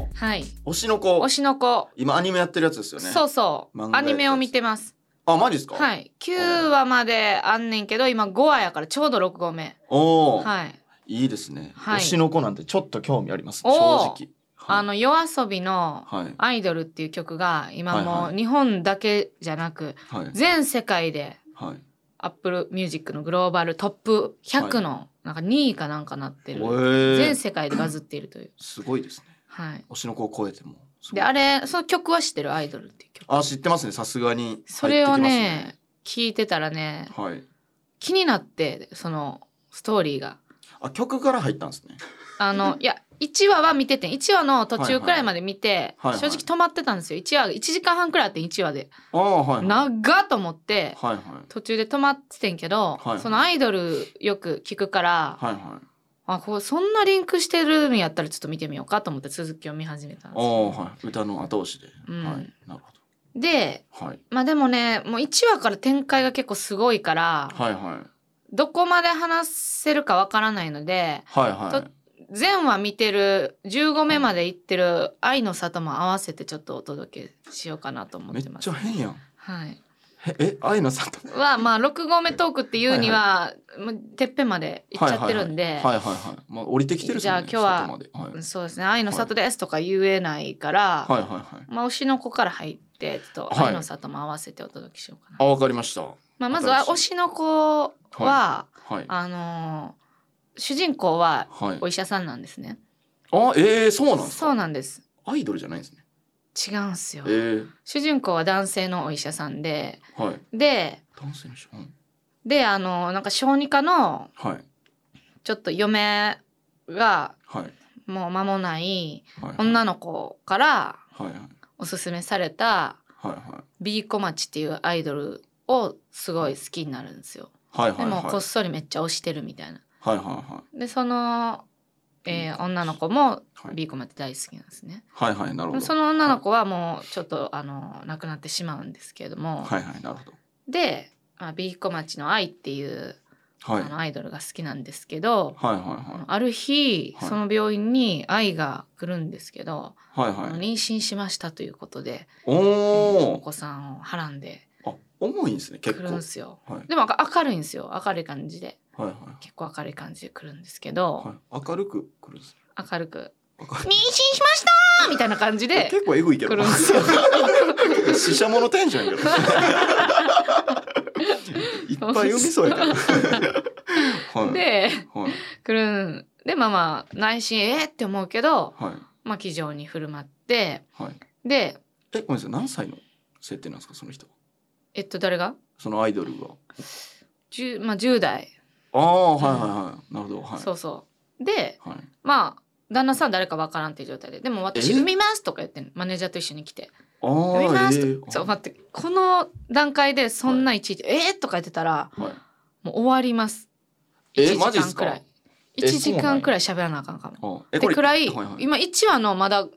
[SPEAKER 2] お
[SPEAKER 1] はい
[SPEAKER 2] 推しの子
[SPEAKER 1] 推しの子
[SPEAKER 2] 今アニメやってるやつですよね
[SPEAKER 1] そうそう、
[SPEAKER 2] 漫画
[SPEAKER 1] アニメを見てます。
[SPEAKER 2] あマジですか
[SPEAKER 1] はいい、9話まであんねんけど、今5話やからちょうど6合目。
[SPEAKER 2] おお、
[SPEAKER 1] はい。
[SPEAKER 2] い、いですね、
[SPEAKER 1] はい
[SPEAKER 2] 推しの子なんてちょっと興味あります正
[SPEAKER 1] おー
[SPEAKER 2] 直
[SPEAKER 1] あの夜遊びの
[SPEAKER 2] はい
[SPEAKER 1] アイドルっていう曲が今
[SPEAKER 2] はい
[SPEAKER 1] も
[SPEAKER 2] は
[SPEAKER 1] う日本だけじゃなく
[SPEAKER 2] はい
[SPEAKER 1] 全世界で
[SPEAKER 2] はい
[SPEAKER 1] Apple Music のグローバルトップ100のなんか2位かなんかなって
[SPEAKER 2] え
[SPEAKER 1] る全
[SPEAKER 2] ー、
[SPEAKER 1] 世界でバズっているという。
[SPEAKER 2] すごいですね
[SPEAKER 1] はい。
[SPEAKER 2] 推しの子を超えてもすごい
[SPEAKER 1] であれその曲は知ってるアイドルっていう曲。
[SPEAKER 2] あ知ってますねさすがに
[SPEAKER 1] それを
[SPEAKER 2] 入って
[SPEAKER 1] ね聞いてたらね
[SPEAKER 2] きますねはい
[SPEAKER 1] 気になってそのストーリーが。
[SPEAKER 2] あ曲から入ったんですね
[SPEAKER 1] あの、いや、1話は見てて、1話の途中くらいまで見て、
[SPEAKER 2] はいはい
[SPEAKER 1] 正直止まってたんですよ。1話、1時間半くらいあって、1話で。
[SPEAKER 2] ああはいはい
[SPEAKER 1] 長っと思って、
[SPEAKER 2] はいはい
[SPEAKER 1] 途中で止まっててんけど、
[SPEAKER 2] はい
[SPEAKER 1] そのアイドルよく聞くから、
[SPEAKER 2] はいはい
[SPEAKER 1] あ、こう、そんなリンクしてるんやったらちょっと見てみようかと思って続きを見始めたん
[SPEAKER 2] あ
[SPEAKER 1] です。
[SPEAKER 2] あはい歌の後押しで、
[SPEAKER 1] うん
[SPEAKER 2] はいなるほ
[SPEAKER 1] で、
[SPEAKER 2] どはい
[SPEAKER 1] まあでもね、もう1話から展開が結構すごいから、
[SPEAKER 2] はいはい
[SPEAKER 1] どこまで話せるかわからないので、
[SPEAKER 2] はいはい
[SPEAKER 1] 前話見てる15目まで行ってる「愛の里」も合わせてちょっとお届けしようかなと思
[SPEAKER 2] め
[SPEAKER 1] っ
[SPEAKER 2] って
[SPEAKER 1] ま
[SPEAKER 2] ち
[SPEAKER 1] す
[SPEAKER 2] ゃ。変やん
[SPEAKER 1] はい、
[SPEAKER 2] ええ愛の里
[SPEAKER 1] はまあ6合目トークっていうにはもうてっぺんまで行っちゃってるんで、
[SPEAKER 2] はいはいはい、はいはいまあ、降りてきてるっすよね
[SPEAKER 1] じゃあ
[SPEAKER 2] 外まではい、はい
[SPEAKER 1] そうですね「愛の里です」とか言えないから、
[SPEAKER 2] はいはい
[SPEAKER 1] まあ、推しの子から入ってちょっと「
[SPEAKER 2] はい
[SPEAKER 1] 愛の里」も合わせてお届けしようかな。
[SPEAKER 2] あわかりました
[SPEAKER 1] まあ、まずは推
[SPEAKER 2] 新
[SPEAKER 1] しの子は、
[SPEAKER 2] はい
[SPEAKER 1] あのー主人公は
[SPEAKER 2] はい
[SPEAKER 1] お医者さんなんですね。
[SPEAKER 2] あえー、そうなんです
[SPEAKER 1] そう
[SPEAKER 2] か
[SPEAKER 1] なんです
[SPEAKER 2] アイドルじゃないんですね
[SPEAKER 1] 違うんすよ
[SPEAKER 2] え。ー、
[SPEAKER 1] 主人公は男性のお医者さんで
[SPEAKER 2] はい
[SPEAKER 1] で
[SPEAKER 2] 男性の人、うん、
[SPEAKER 1] であのなんか小児科の
[SPEAKER 2] はい
[SPEAKER 1] ちょっと嫁が
[SPEAKER 2] はいはい
[SPEAKER 1] もう間もない
[SPEAKER 2] はい
[SPEAKER 1] 女の子から
[SPEAKER 2] はいはい
[SPEAKER 1] おすすめされた
[SPEAKER 2] はいはい
[SPEAKER 1] B コマチっていうアイドルをすごい好きになるんですよ。
[SPEAKER 2] はい
[SPEAKER 1] で
[SPEAKER 2] はい
[SPEAKER 1] もこっ
[SPEAKER 2] は
[SPEAKER 1] そりめっちゃ推してるみたいな。
[SPEAKER 2] いはいは
[SPEAKER 1] でその、えー女の子も
[SPEAKER 2] いはい
[SPEAKER 1] B コマチ大好きなんですね。
[SPEAKER 2] はいはいなる
[SPEAKER 1] で
[SPEAKER 2] ほ
[SPEAKER 1] も
[SPEAKER 2] ど
[SPEAKER 1] その女の子はもうちょっとあの亡くなってしまうんですけれども、
[SPEAKER 2] はいはいなるほど
[SPEAKER 1] で、まあ、B コマチの愛っていう、
[SPEAKER 2] はい
[SPEAKER 1] あのアイドルが好きなんですけど、
[SPEAKER 2] はいは
[SPEAKER 1] ある日、
[SPEAKER 2] はい
[SPEAKER 1] その病院に愛が来るんですけど、
[SPEAKER 2] いはいはいはい
[SPEAKER 1] 妊娠しましたということで、
[SPEAKER 2] お
[SPEAKER 1] お
[SPEAKER 2] お
[SPEAKER 1] 子さんをはらんで
[SPEAKER 2] あ重いんですね
[SPEAKER 1] 来
[SPEAKER 2] 結
[SPEAKER 1] る
[SPEAKER 2] 構
[SPEAKER 1] ん
[SPEAKER 2] は
[SPEAKER 1] で
[SPEAKER 2] い
[SPEAKER 1] すよ。
[SPEAKER 2] はい
[SPEAKER 1] でも明るいんですよ明るい感じで
[SPEAKER 2] はい
[SPEAKER 1] 結構明るい感じで来るんですけど、
[SPEAKER 2] はい明るく来るんですね
[SPEAKER 1] 明るく「
[SPEAKER 2] 明
[SPEAKER 1] 妊
[SPEAKER 2] る
[SPEAKER 1] 娠しました!」みたいな感じ
[SPEAKER 2] い
[SPEAKER 1] で
[SPEAKER 2] 結構えぐいけ
[SPEAKER 1] 来
[SPEAKER 2] ど
[SPEAKER 1] るんですよ。
[SPEAKER 2] 死者ものテンションや けどいっぱい海そう やけどはい
[SPEAKER 1] で
[SPEAKER 2] はい
[SPEAKER 1] 来るんでまあまあ内心「えっ!」って思うけど、
[SPEAKER 2] はい
[SPEAKER 1] まあ、気丈に振る舞って
[SPEAKER 2] はい
[SPEAKER 1] で
[SPEAKER 2] えごめんなさい何歳の設定なんですかその人
[SPEAKER 1] えっと誰が
[SPEAKER 2] そのアイドルが
[SPEAKER 1] 10,、まあ、10代、
[SPEAKER 2] ああはいはいはいなるほどはい
[SPEAKER 1] そうそう。で
[SPEAKER 2] はい
[SPEAKER 1] まあ旦那さん誰かわからんっていう状態で「でも私
[SPEAKER 2] え
[SPEAKER 1] 産みます」とか言ってんマネージャーと一緒に来て
[SPEAKER 2] あ
[SPEAKER 1] 「産みま
[SPEAKER 2] あ
[SPEAKER 1] す」と
[SPEAKER 2] ええ
[SPEAKER 1] そう待ってこの段階でそんないちいち「えー、とか言ってたら
[SPEAKER 2] はい
[SPEAKER 1] もう終わります
[SPEAKER 2] え
[SPEAKER 1] 1時
[SPEAKER 2] マジっ
[SPEAKER 1] 間
[SPEAKER 2] す
[SPEAKER 1] く
[SPEAKER 2] から
[SPEAKER 1] い
[SPEAKER 2] え
[SPEAKER 1] 1時間くらい喋らなあかんかも
[SPEAKER 2] あえ
[SPEAKER 1] ってくらい
[SPEAKER 2] はいはい
[SPEAKER 1] 今1話のまだ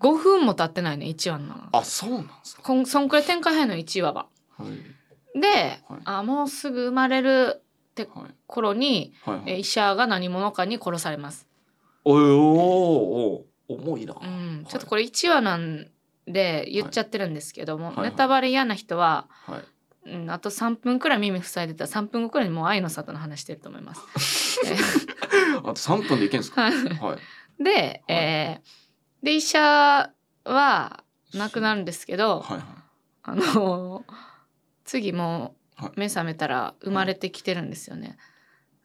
[SPEAKER 1] 5分も経ってないね1話の
[SPEAKER 2] あそうなんですか
[SPEAKER 1] こんそんくらい展開早いの1話は
[SPEAKER 2] はい
[SPEAKER 1] で、
[SPEAKER 2] はい
[SPEAKER 1] あもうすぐ生まれる
[SPEAKER 2] はい
[SPEAKER 1] 頃に
[SPEAKER 2] はいはい
[SPEAKER 1] え医者が何者かに殺されます
[SPEAKER 2] おいおーおー重いな。
[SPEAKER 1] うん、ちょっと
[SPEAKER 2] こ
[SPEAKER 1] これ1話なんで言っちゃってるんですけども、
[SPEAKER 2] いはいはい
[SPEAKER 1] ネタバレ嫌な人は、
[SPEAKER 2] れ、はい、
[SPEAKER 1] うん、あと3分くらい耳塞いでたら3分後くらいにもう愛の里の話してると思います。
[SPEAKER 2] あと三分でいけんすか。
[SPEAKER 1] は
[SPEAKER 2] はいい。はい
[SPEAKER 1] で、えーで医者はなくなるんですけど、
[SPEAKER 2] はいはい
[SPEAKER 1] あの次も
[SPEAKER 2] は
[SPEAKER 1] 目覚めたら生まれてきてるんですよね。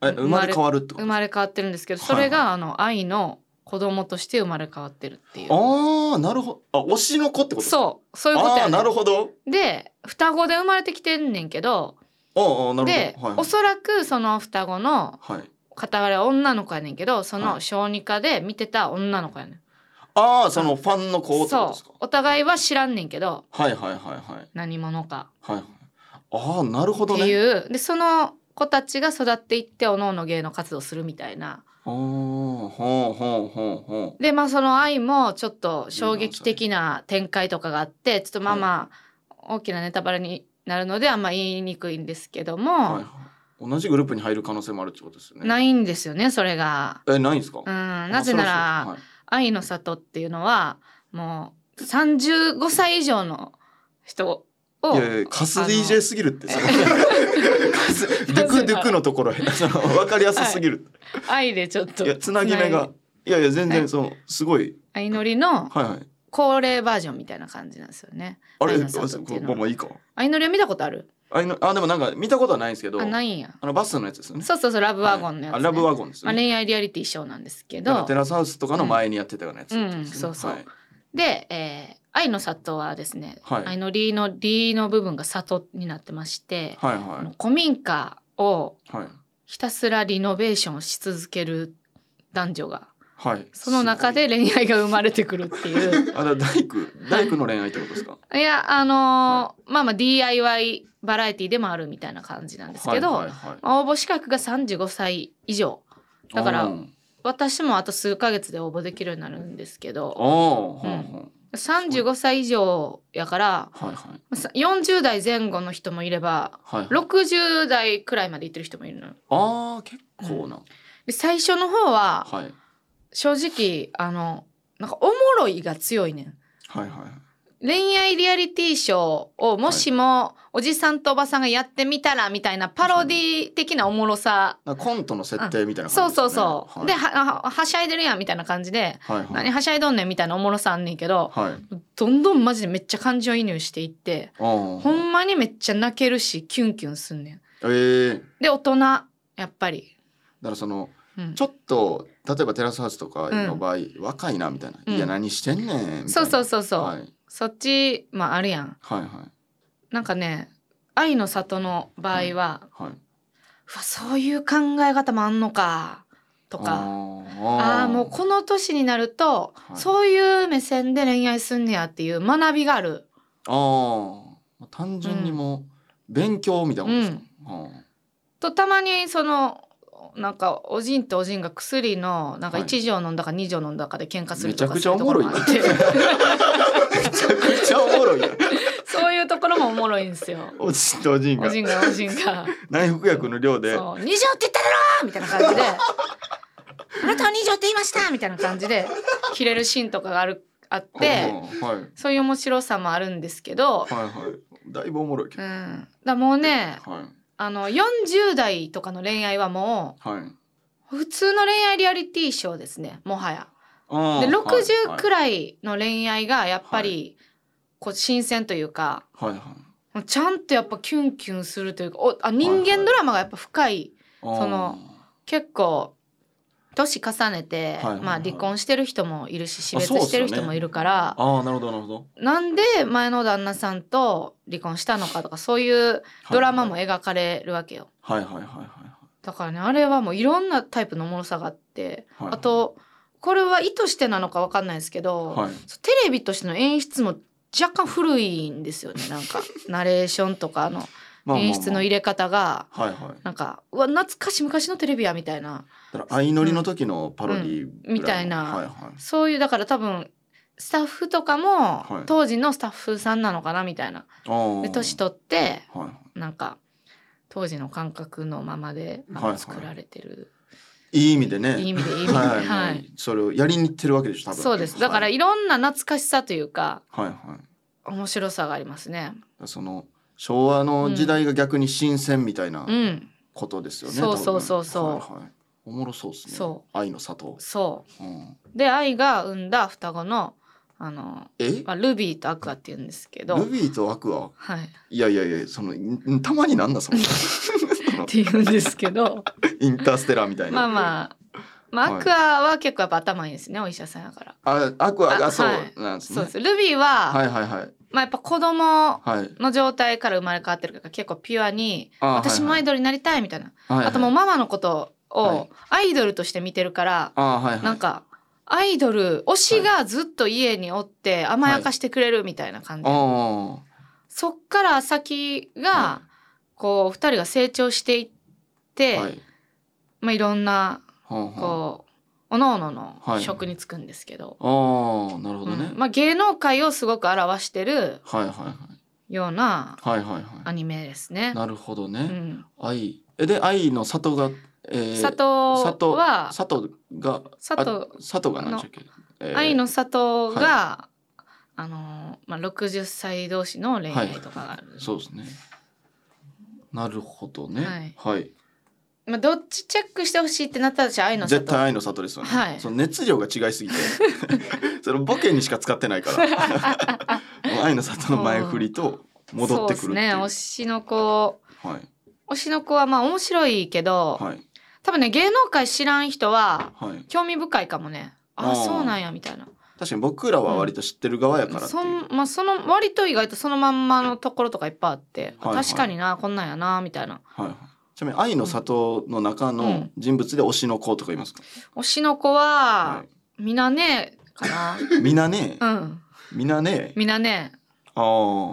[SPEAKER 2] え
[SPEAKER 1] 生
[SPEAKER 2] 生
[SPEAKER 1] ま
[SPEAKER 2] ま
[SPEAKER 1] れ
[SPEAKER 2] れ変わるってこと
[SPEAKER 1] 生まれ変わってるんですけど、
[SPEAKER 2] はいは
[SPEAKER 1] そ
[SPEAKER 2] い
[SPEAKER 1] れがあの愛の子供として生まれ変わってるっていう。
[SPEAKER 2] ああなるほどあ推しの子ってこと
[SPEAKER 1] そう、そういうこと
[SPEAKER 2] あ
[SPEAKER 1] や
[SPEAKER 2] あ
[SPEAKER 1] ね
[SPEAKER 2] な。るほど
[SPEAKER 1] で、双子で生まれてきてんねんけど、
[SPEAKER 2] ああなるほど
[SPEAKER 1] で、
[SPEAKER 2] はい
[SPEAKER 1] おそらくその双子の
[SPEAKER 2] はい
[SPEAKER 1] 片割れは女の子やねんけど、そ
[SPEAKER 2] は
[SPEAKER 1] の
[SPEAKER 2] い
[SPEAKER 1] 小児科で見てた女の子やねん。
[SPEAKER 2] ああそのファンの子ってこと
[SPEAKER 1] そ
[SPEAKER 2] ですか
[SPEAKER 1] う、お互いは知らんねんけど、
[SPEAKER 2] はいはいはいはい
[SPEAKER 1] 何者か
[SPEAKER 2] はいはいああなるほ
[SPEAKER 1] っ
[SPEAKER 2] ど
[SPEAKER 1] てい
[SPEAKER 2] ね
[SPEAKER 1] う。で、その子たちが育っていって、おのおの芸能活動するみたいな。
[SPEAKER 2] ああほうほうほうほう
[SPEAKER 1] でまあその愛もちょっと衝撃的な展開とかがあってちょっとまあまあ大きなネタバレになるのであんま言いにくいんですけども、
[SPEAKER 2] はいはい同じグループに入る可能性もあるってことですよね
[SPEAKER 1] ないんですよねそれが。
[SPEAKER 2] えないんですか
[SPEAKER 1] うん、
[SPEAKER 2] あ
[SPEAKER 1] なぜな
[SPEAKER 2] そ
[SPEAKER 1] ら
[SPEAKER 2] うそう
[SPEAKER 1] 「愛の里」っていうのはもう35歳以上の人を
[SPEAKER 2] はいいやいやカス DJ すぎるって さカ
[SPEAKER 1] な
[SPEAKER 2] スドゥクドゥクのところへ分かりやすすぎる
[SPEAKER 1] 愛でちょっと
[SPEAKER 2] いやつなぎ目がいやいや全
[SPEAKER 1] はい
[SPEAKER 2] 然そのすごい
[SPEAKER 1] 愛のりの
[SPEAKER 2] はいはい
[SPEAKER 1] 高齢バージョンみたいな感じなんですよね。
[SPEAKER 2] あれ
[SPEAKER 1] 愛
[SPEAKER 2] あ
[SPEAKER 1] の里っていうの
[SPEAKER 2] まあまあいいか
[SPEAKER 1] 愛のりは見たことある
[SPEAKER 2] あいのあでもなんか見たことはないんですけど
[SPEAKER 1] あ
[SPEAKER 2] あ
[SPEAKER 1] ないんや。
[SPEAKER 2] のバスのやつですよね
[SPEAKER 1] そうそうそうラブワゴンのやつ、ね
[SPEAKER 2] はいあラブワゴンです
[SPEAKER 1] まあ、
[SPEAKER 2] よね
[SPEAKER 1] 恋愛リアリティショーなんですけ
[SPEAKER 2] なんか
[SPEAKER 1] ど
[SPEAKER 2] テラスハウスとかの前にやってたようなやつってことで
[SPEAKER 1] うん
[SPEAKER 2] すね
[SPEAKER 1] うんそうそう
[SPEAKER 2] はい
[SPEAKER 1] で、えー愛の里」はですね、
[SPEAKER 2] はい
[SPEAKER 1] 愛の「り」の「り」の部分が「里」になってまして、
[SPEAKER 2] はい
[SPEAKER 1] あの
[SPEAKER 2] は
[SPEAKER 1] 古民家を
[SPEAKER 2] いはい
[SPEAKER 1] ひたすらリノベーションし続ける男女が
[SPEAKER 2] はい
[SPEAKER 1] その中で恋愛が生まれてくるっていう
[SPEAKER 2] すごいあだ大工大工の恋愛ってことですか
[SPEAKER 1] いやあのーまあまあ DIY バラエティでもあるみたいな感じなんですけど、
[SPEAKER 2] はいはいはい
[SPEAKER 1] まあ応募資格が35歳以上だから
[SPEAKER 2] うん
[SPEAKER 1] 私もあと数ヶ月で応募できるようになるんですけど
[SPEAKER 2] ああ
[SPEAKER 1] うん
[SPEAKER 2] はいはい
[SPEAKER 1] 35歳以上やから
[SPEAKER 2] はいはい
[SPEAKER 1] さ40代前後の人もいれば
[SPEAKER 2] はいはい
[SPEAKER 1] 60代くらいまでいってる人もいるのよ
[SPEAKER 2] ああ結構な
[SPEAKER 1] で最初の方は
[SPEAKER 2] はい
[SPEAKER 1] 正直あのなんかおもろいが強いねん
[SPEAKER 2] はいはい
[SPEAKER 1] 恋愛リアリティショーをもしもおじさんとおばさんがやってみたらみたいなパロディ的なおもろさ
[SPEAKER 2] なんかコントの設定みたいな
[SPEAKER 1] そう
[SPEAKER 2] 感じです
[SPEAKER 1] そ
[SPEAKER 2] ね
[SPEAKER 1] うそうで
[SPEAKER 2] はい
[SPEAKER 1] はははしゃいでるやんみたいな感じで
[SPEAKER 2] はいはい
[SPEAKER 1] 何はしゃいどんねんみたいなおもろさあんねんけど
[SPEAKER 2] はいあ
[SPEAKER 1] どんどんマジでめっちゃ感情移入していって
[SPEAKER 2] あほ
[SPEAKER 1] ほんまにめっちゃ泣けるしキュンキュンすんねん。
[SPEAKER 2] ええだ
[SPEAKER 1] で大人やっぱり、
[SPEAKER 2] からその
[SPEAKER 1] うん
[SPEAKER 2] ちょっと例えばテラスハウスとかの場合、若いなみたいな「
[SPEAKER 1] うん
[SPEAKER 2] いや何してんねん」みたいな
[SPEAKER 1] そうそうそうそう、
[SPEAKER 2] はい、はい
[SPEAKER 1] そっちまああるやん
[SPEAKER 2] はい
[SPEAKER 1] なんかね愛の里の場合は、
[SPEAKER 2] はい
[SPEAKER 1] うわそういう考え方もあんのかとかあ
[SPEAKER 2] あ
[SPEAKER 1] あーもう
[SPEAKER 2] こ
[SPEAKER 1] この年になると、
[SPEAKER 2] はい
[SPEAKER 1] そういう目線で恋愛すんねやっていう学びがある
[SPEAKER 2] ああ単純にもう勉強みたいなことですか、
[SPEAKER 1] とたまにそのなんかおじんとおじんが薬のなんか
[SPEAKER 2] はい
[SPEAKER 1] 1錠飲んだか2錠飲んだかで喧嘩するとか
[SPEAKER 2] めちゃくちゃおもろいな
[SPEAKER 1] そういうとこもあって
[SPEAKER 2] めちゃくちゃおもろいやん
[SPEAKER 1] そういうところもおもろいんですよ。
[SPEAKER 2] おじんとおじ ん
[SPEAKER 1] お
[SPEAKER 2] が
[SPEAKER 1] じんがおじんが。
[SPEAKER 2] 内服薬の量で
[SPEAKER 1] そう「20って言っただろ!」みたいな感じで「あなたは20って言いました!」みたいな感じで切れるシーンとかがあるあっ
[SPEAKER 2] あ
[SPEAKER 1] て
[SPEAKER 2] ーはい
[SPEAKER 1] そういう面白さもあるんですけど、
[SPEAKER 2] はいはいだいぶおもろいけ
[SPEAKER 1] う
[SPEAKER 2] ど、
[SPEAKER 1] ん、だもうね
[SPEAKER 2] はい
[SPEAKER 1] あの40代とかの恋愛はも
[SPEAKER 2] はいう
[SPEAKER 1] 普通の恋愛リアリティショーですねもはや。
[SPEAKER 2] あ
[SPEAKER 1] で
[SPEAKER 2] ー
[SPEAKER 1] 60く
[SPEAKER 2] はい
[SPEAKER 1] らいの恋愛がやっぱりこう新鮮というか。
[SPEAKER 2] はいはいはい
[SPEAKER 1] ちゃんとやっぱキュンキュンするというかおあ人間ドラマがやっぱ深い
[SPEAKER 2] あー
[SPEAKER 1] その結構年重ねて、
[SPEAKER 2] はいはいはい
[SPEAKER 1] まあ、離婚してる人もいるし死別
[SPEAKER 2] あそうっすよね
[SPEAKER 1] してる人もいるから、
[SPEAKER 2] あーなるほどなるほど
[SPEAKER 1] なんで前の旦那さんと離婚したのかとかそういうドラマも
[SPEAKER 2] はい
[SPEAKER 1] 描かれるわけよ。
[SPEAKER 2] はいはいはいはい
[SPEAKER 1] だからねあれはもういろんなタイプのおもろさがあって、
[SPEAKER 2] はい
[SPEAKER 1] あとこれは意図してなのかわかんないですけど、
[SPEAKER 2] はい
[SPEAKER 1] そうテレビとしての演出も若干古いんですよねなん かナレーションとかの
[SPEAKER 2] まあまあまあ
[SPEAKER 1] 演出の入れ方が
[SPEAKER 2] はいはい
[SPEAKER 1] なんかうわ懐かしい昔のテレビやみたいな
[SPEAKER 2] だから相乗りの時のパロディぐらの、
[SPEAKER 1] みたいな
[SPEAKER 2] はいはい
[SPEAKER 1] そういうだから多分スタッフとかも、
[SPEAKER 2] はい
[SPEAKER 1] 当時のスタッフさんなのかなみたいな。
[SPEAKER 2] あー
[SPEAKER 1] で年取って
[SPEAKER 2] はいは
[SPEAKER 1] なんか当時の感覚のままで、あの
[SPEAKER 2] はいはい
[SPEAKER 1] 作られてる、
[SPEAKER 2] い、いい意味でね
[SPEAKER 1] いい意味でいい意味では、
[SPEAKER 2] はいい、それをやりに行ってるわけでしょ多分
[SPEAKER 1] そうですだから
[SPEAKER 2] はい
[SPEAKER 1] いろんな懐かしさというか
[SPEAKER 2] はい、はい
[SPEAKER 1] 面白さがありますね。
[SPEAKER 2] その昭和の時代が逆に新鮮みたいな
[SPEAKER 1] うん
[SPEAKER 2] ことですよね、
[SPEAKER 1] うん
[SPEAKER 2] 多分
[SPEAKER 1] そうそうそうそう
[SPEAKER 2] はいはい、おもろそうですね
[SPEAKER 1] そ
[SPEAKER 2] 愛の里、
[SPEAKER 1] そ
[SPEAKER 2] うん、
[SPEAKER 1] うで愛が生んだ双子のあの、
[SPEAKER 2] え
[SPEAKER 1] まあ、ルビーとアクアって言うんですけ
[SPEAKER 2] ル
[SPEAKER 1] ど、
[SPEAKER 2] ビーとアクア
[SPEAKER 1] はい、
[SPEAKER 2] いやいやいやそのんたまになん だそのその
[SPEAKER 1] って言うんですけ ど、
[SPEAKER 2] インターステラーみたい
[SPEAKER 1] まあ
[SPEAKER 2] な
[SPEAKER 1] まあ、まあ、
[SPEAKER 2] はい
[SPEAKER 1] アクアは結構やっぱ頭いいですね、お医者さんやから。
[SPEAKER 2] あアクア
[SPEAKER 1] あ
[SPEAKER 2] がそう
[SPEAKER 1] はい
[SPEAKER 2] なんですね、
[SPEAKER 1] そうです。ルビーは、
[SPEAKER 2] はいはいはい
[SPEAKER 1] まあやっぱ子供
[SPEAKER 2] はい
[SPEAKER 1] の状態から生まれ変わってるから結構ピュアに、
[SPEAKER 2] あ
[SPEAKER 1] 私もアイ
[SPEAKER 2] ド
[SPEAKER 1] ドルになりたいみたいな。
[SPEAKER 2] ル、はいはい、
[SPEAKER 1] あともうママのこと
[SPEAKER 2] はい
[SPEAKER 1] をアイドルとして見てるから、
[SPEAKER 2] あはいはい
[SPEAKER 1] なんか、アイドル、推しがずっと家におって甘やかしてくれるみたいな感じ。
[SPEAKER 2] あー
[SPEAKER 1] そっから先が、
[SPEAKER 2] は
[SPEAKER 1] こう二人が成長していって、
[SPEAKER 2] はい
[SPEAKER 1] まあ、いろんな
[SPEAKER 2] はんはん
[SPEAKER 1] こう、おのおのの
[SPEAKER 2] はい
[SPEAKER 1] 職に就くんですけど、
[SPEAKER 2] ああなるほどね、
[SPEAKER 1] うんまあ、芸能界をすごく表してる
[SPEAKER 2] はいはい
[SPEAKER 1] ような
[SPEAKER 2] はいはいはいは
[SPEAKER 1] アニメですね
[SPEAKER 2] い。なるほど
[SPEAKER 1] う
[SPEAKER 2] ね、
[SPEAKER 1] ん、
[SPEAKER 2] 愛えで愛の里が、えー、
[SPEAKER 1] 佐藤は
[SPEAKER 2] 里が
[SPEAKER 1] 佐藤
[SPEAKER 2] あ里が何でしたっけ、えー
[SPEAKER 1] 愛の佐藤が、あのーまあ、60歳同士の恋愛とかがある、
[SPEAKER 2] そうですねなるほどねはい、
[SPEAKER 1] まあ、どっちチェックしてほしいってなったら私は愛の佐
[SPEAKER 2] 絶
[SPEAKER 1] 藤
[SPEAKER 2] 対愛の里ですよね、
[SPEAKER 1] はい
[SPEAKER 2] その熱量が違い すぎてそのボケにしか使ってないからもう愛の里の前振りと戻ってくるって
[SPEAKER 1] そうで
[SPEAKER 2] いう
[SPEAKER 1] すね推しの子
[SPEAKER 2] はい
[SPEAKER 1] 推しの子はまあ面白いけど、
[SPEAKER 2] はい
[SPEAKER 1] 多分ね芸能界知らん人は
[SPEAKER 2] はい
[SPEAKER 1] 興味深いかもね
[SPEAKER 2] あ
[SPEAKER 1] あ
[SPEAKER 2] ー
[SPEAKER 1] そうなんやみたいな
[SPEAKER 2] 確かに僕らは割と知ってる側やからってい
[SPEAKER 1] そ、
[SPEAKER 2] うん
[SPEAKER 1] まあ、その割と意外とそのまんまのところとかいっぱいあって、
[SPEAKER 2] はいはい
[SPEAKER 1] 確かになこんなんやなみたいな
[SPEAKER 2] はいはいちなみに愛の里の中
[SPEAKER 1] う
[SPEAKER 2] の
[SPEAKER 1] ん
[SPEAKER 2] 人物で推しの子とかいますか、
[SPEAKER 1] 推しの子は、
[SPEAKER 2] はい
[SPEAKER 1] みなね か
[SPEAKER 2] みなね
[SPEAKER 1] なうん
[SPEAKER 2] みなね
[SPEAKER 1] みなね
[SPEAKER 2] あ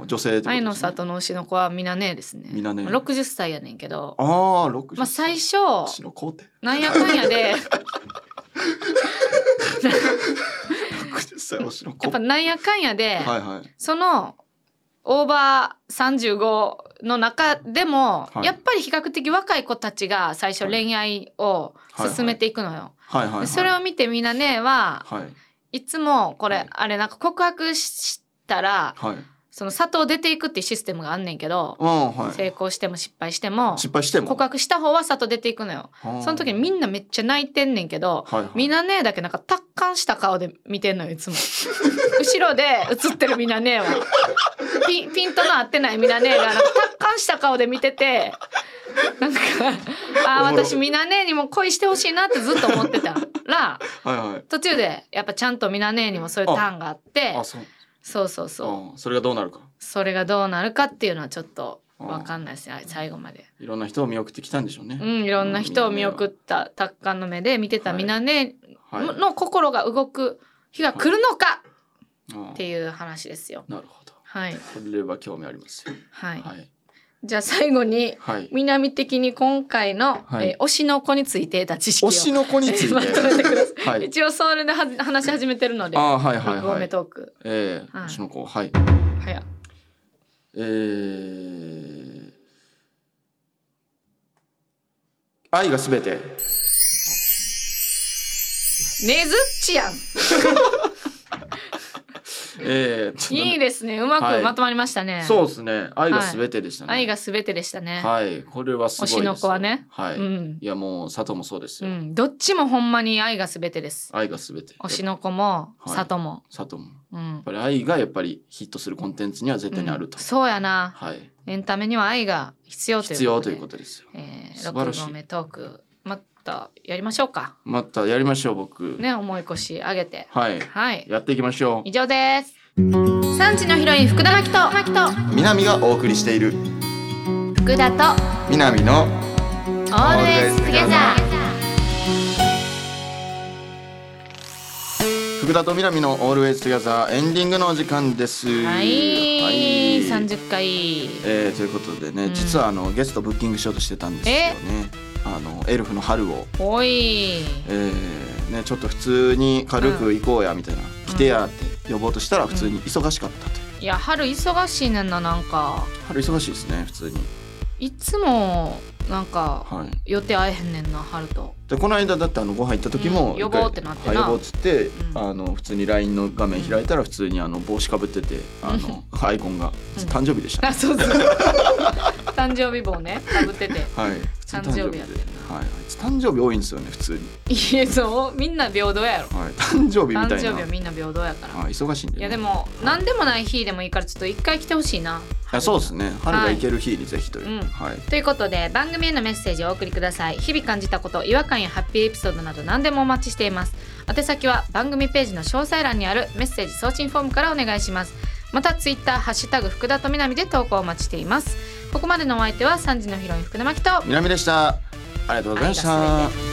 [SPEAKER 2] あ女性ってことです、ね、
[SPEAKER 1] 愛の里の推しの子はみなねですね
[SPEAKER 2] みなね
[SPEAKER 1] 60歳やねんけど
[SPEAKER 2] ああ6
[SPEAKER 1] まあ最初
[SPEAKER 2] 推しの子って
[SPEAKER 1] なんやかんや で
[SPEAKER 2] 60歳推しの子
[SPEAKER 1] やっぱなんやかんやで、
[SPEAKER 2] はいはい
[SPEAKER 1] そのオーバー35の中でも、
[SPEAKER 2] はい
[SPEAKER 1] やっぱり比較的若い子たちが最初
[SPEAKER 2] はい
[SPEAKER 1] 恋愛を進めていくのよ。
[SPEAKER 2] はいはい、はい、
[SPEAKER 1] でそれを見てみなねは
[SPEAKER 2] はい
[SPEAKER 1] いつもこれ、
[SPEAKER 2] はい
[SPEAKER 1] あれなんか告白したら
[SPEAKER 2] はい
[SPEAKER 1] その佐藤出ていくっていうシステムがあんねんけど、
[SPEAKER 2] ああはい
[SPEAKER 1] 成功しても失敗しても
[SPEAKER 2] 失敗しても
[SPEAKER 1] 告白した方は佐藤出ていくのよ。
[SPEAKER 2] あー
[SPEAKER 1] その時にみんなめっちゃ泣いてんねんけど、
[SPEAKER 2] はいはい
[SPEAKER 1] みなねえだけなんか達観した顔で見てんのよい つも後ろで映ってるみなねえはピンピントの合ってないみなねえがなんか達観した顔で見ててなんかああ
[SPEAKER 2] おもろ
[SPEAKER 1] 私みなねえにも恋してほしいなってずっと思ってたら
[SPEAKER 2] はいはい
[SPEAKER 1] 途中でやっぱちゃんとみなねえにもそういうターンがあって
[SPEAKER 2] あそう
[SPEAKER 1] そうそうそう
[SPEAKER 2] あーそれがどうなるか
[SPEAKER 1] それがどうなるかっていうのはちょっと分かんないですね最後まで。
[SPEAKER 2] いろんな人を見送ってきたんでしょうね、
[SPEAKER 1] うん、いろんな人を見送った達観の目で見てたみなね
[SPEAKER 2] はいあ
[SPEAKER 1] の心が動く日が来るのか
[SPEAKER 2] ー
[SPEAKER 1] っていう話ですよ。
[SPEAKER 2] なるほど
[SPEAKER 1] はい、
[SPEAKER 2] これは興味ありますよ
[SPEAKER 1] はい、
[SPEAKER 2] はい
[SPEAKER 1] じゃあ最後に
[SPEAKER 2] はい
[SPEAKER 1] 南的に今回の、
[SPEAKER 2] はい
[SPEAKER 1] えー推しの子について得た知識を
[SPEAKER 2] 推しの子につ いて
[SPEAKER 1] まとめてくださ。
[SPEAKER 2] はいい
[SPEAKER 1] 一応それでは話し始めてるので、
[SPEAKER 2] あーはいはい
[SPEAKER 1] 六合
[SPEAKER 2] は
[SPEAKER 1] 目
[SPEAKER 2] い
[SPEAKER 1] トーク、
[SPEAKER 2] ええ
[SPEAKER 1] はい
[SPEAKER 2] 推しの子はい
[SPEAKER 1] はい、
[SPEAKER 2] えー、愛がすべて
[SPEAKER 1] ねずっちやん。
[SPEAKER 2] えー、ちょっとね
[SPEAKER 1] いいですね。うま
[SPEAKER 2] はい
[SPEAKER 1] くまとまりましたね。
[SPEAKER 2] そうですね愛がすべてでしたね、
[SPEAKER 1] 愛がすべてでしたね。
[SPEAKER 2] はいこれはすごいです
[SPEAKER 1] 推しの子はね
[SPEAKER 2] はい、
[SPEAKER 1] うん
[SPEAKER 2] い、やもう佐藤もそうです
[SPEAKER 1] う
[SPEAKER 2] よ、
[SPEAKER 1] ん、どっちもほんまに愛がすべてです。
[SPEAKER 2] 愛がすべて
[SPEAKER 1] 推しの子も
[SPEAKER 2] はい
[SPEAKER 1] 里も、
[SPEAKER 2] 佐藤も
[SPEAKER 1] うん
[SPEAKER 2] やっ、ぱり愛がやっぱりヒットするコンテンツには絶対にあると、
[SPEAKER 1] うんそうやな。
[SPEAKER 2] はい
[SPEAKER 1] エンタメには愛が必要ということで。
[SPEAKER 2] 必要ということですよ
[SPEAKER 1] えー、
[SPEAKER 2] 素晴らしい
[SPEAKER 1] 6合目トークまたやりましょうか
[SPEAKER 2] またやりましょう僕、
[SPEAKER 1] ね思い越し上げて
[SPEAKER 2] はい
[SPEAKER 1] はい
[SPEAKER 2] やっていきましょ
[SPEAKER 1] 以上です産地のヒロイン福田真希と
[SPEAKER 2] う南がお送りしている
[SPEAKER 1] 福田と
[SPEAKER 2] 南の
[SPEAKER 1] オールエス
[SPEAKER 2] Always
[SPEAKER 1] トゥギャザ
[SPEAKER 2] Together 福田と南のオールウェイズ e ギャザーエンディングのお時間です
[SPEAKER 1] ーは
[SPEAKER 2] はい
[SPEAKER 1] い三十回
[SPEAKER 2] えーということでね、
[SPEAKER 1] うん
[SPEAKER 2] 実はあのゲストブッキングしようとしてたんですよねあのエルフの春を、
[SPEAKER 1] おい
[SPEAKER 2] えーね、ちょっと普通に軽く行こうやみたいな、来てやって呼ぼうとしたら普通に忙しかったという、
[SPEAKER 1] いや春忙しいねんななんか
[SPEAKER 2] 春忙しいですね普通に
[SPEAKER 1] いつもなんか
[SPEAKER 2] はい
[SPEAKER 1] 予定合えへんねんな春と
[SPEAKER 2] でこの間だってあのご飯行った時も、
[SPEAKER 1] うん
[SPEAKER 2] 一
[SPEAKER 1] 呼
[SPEAKER 2] 回
[SPEAKER 1] ぼうってなってな
[SPEAKER 2] はい呼ぼうっつって、
[SPEAKER 1] うん
[SPEAKER 2] あの普通に LINE の画面開いたら普 通にあの帽子かぶっててあのアイコンが、
[SPEAKER 1] うん
[SPEAKER 2] 誕生日でしたね
[SPEAKER 1] あそうそう誕生日棒ねかぶってて
[SPEAKER 2] はい普通に
[SPEAKER 1] 誕生日やってる
[SPEAKER 2] はいあいつ誕生日多いんですよね普通に
[SPEAKER 1] いえそうみんな平等やろ
[SPEAKER 2] はい誕生日み
[SPEAKER 1] 誕
[SPEAKER 2] た
[SPEAKER 1] 生
[SPEAKER 2] い
[SPEAKER 1] 日
[SPEAKER 2] な
[SPEAKER 1] はみんな平等やから
[SPEAKER 2] はい忙しいんで、ね、
[SPEAKER 1] いやでも何でもない日でもいいからちょっと一回来てほしいな
[SPEAKER 2] あそうですね春が行ける日にぜひという、
[SPEAKER 1] うん
[SPEAKER 2] はい
[SPEAKER 1] ということで番組へのメッセージをお送りください日々感じたこと違和感やハッピーエピソードなど何でもお待ちしています宛先は番組ページの詳細欄にあるメッセージ送信フォームからお願いしますまたツイッターハッシュタグ福田とみなみで投稿お待ちしていますここまでのお相手は3時のヒロイン福田真希と
[SPEAKER 2] 南でしたありがとうございました
[SPEAKER 1] 愛が全て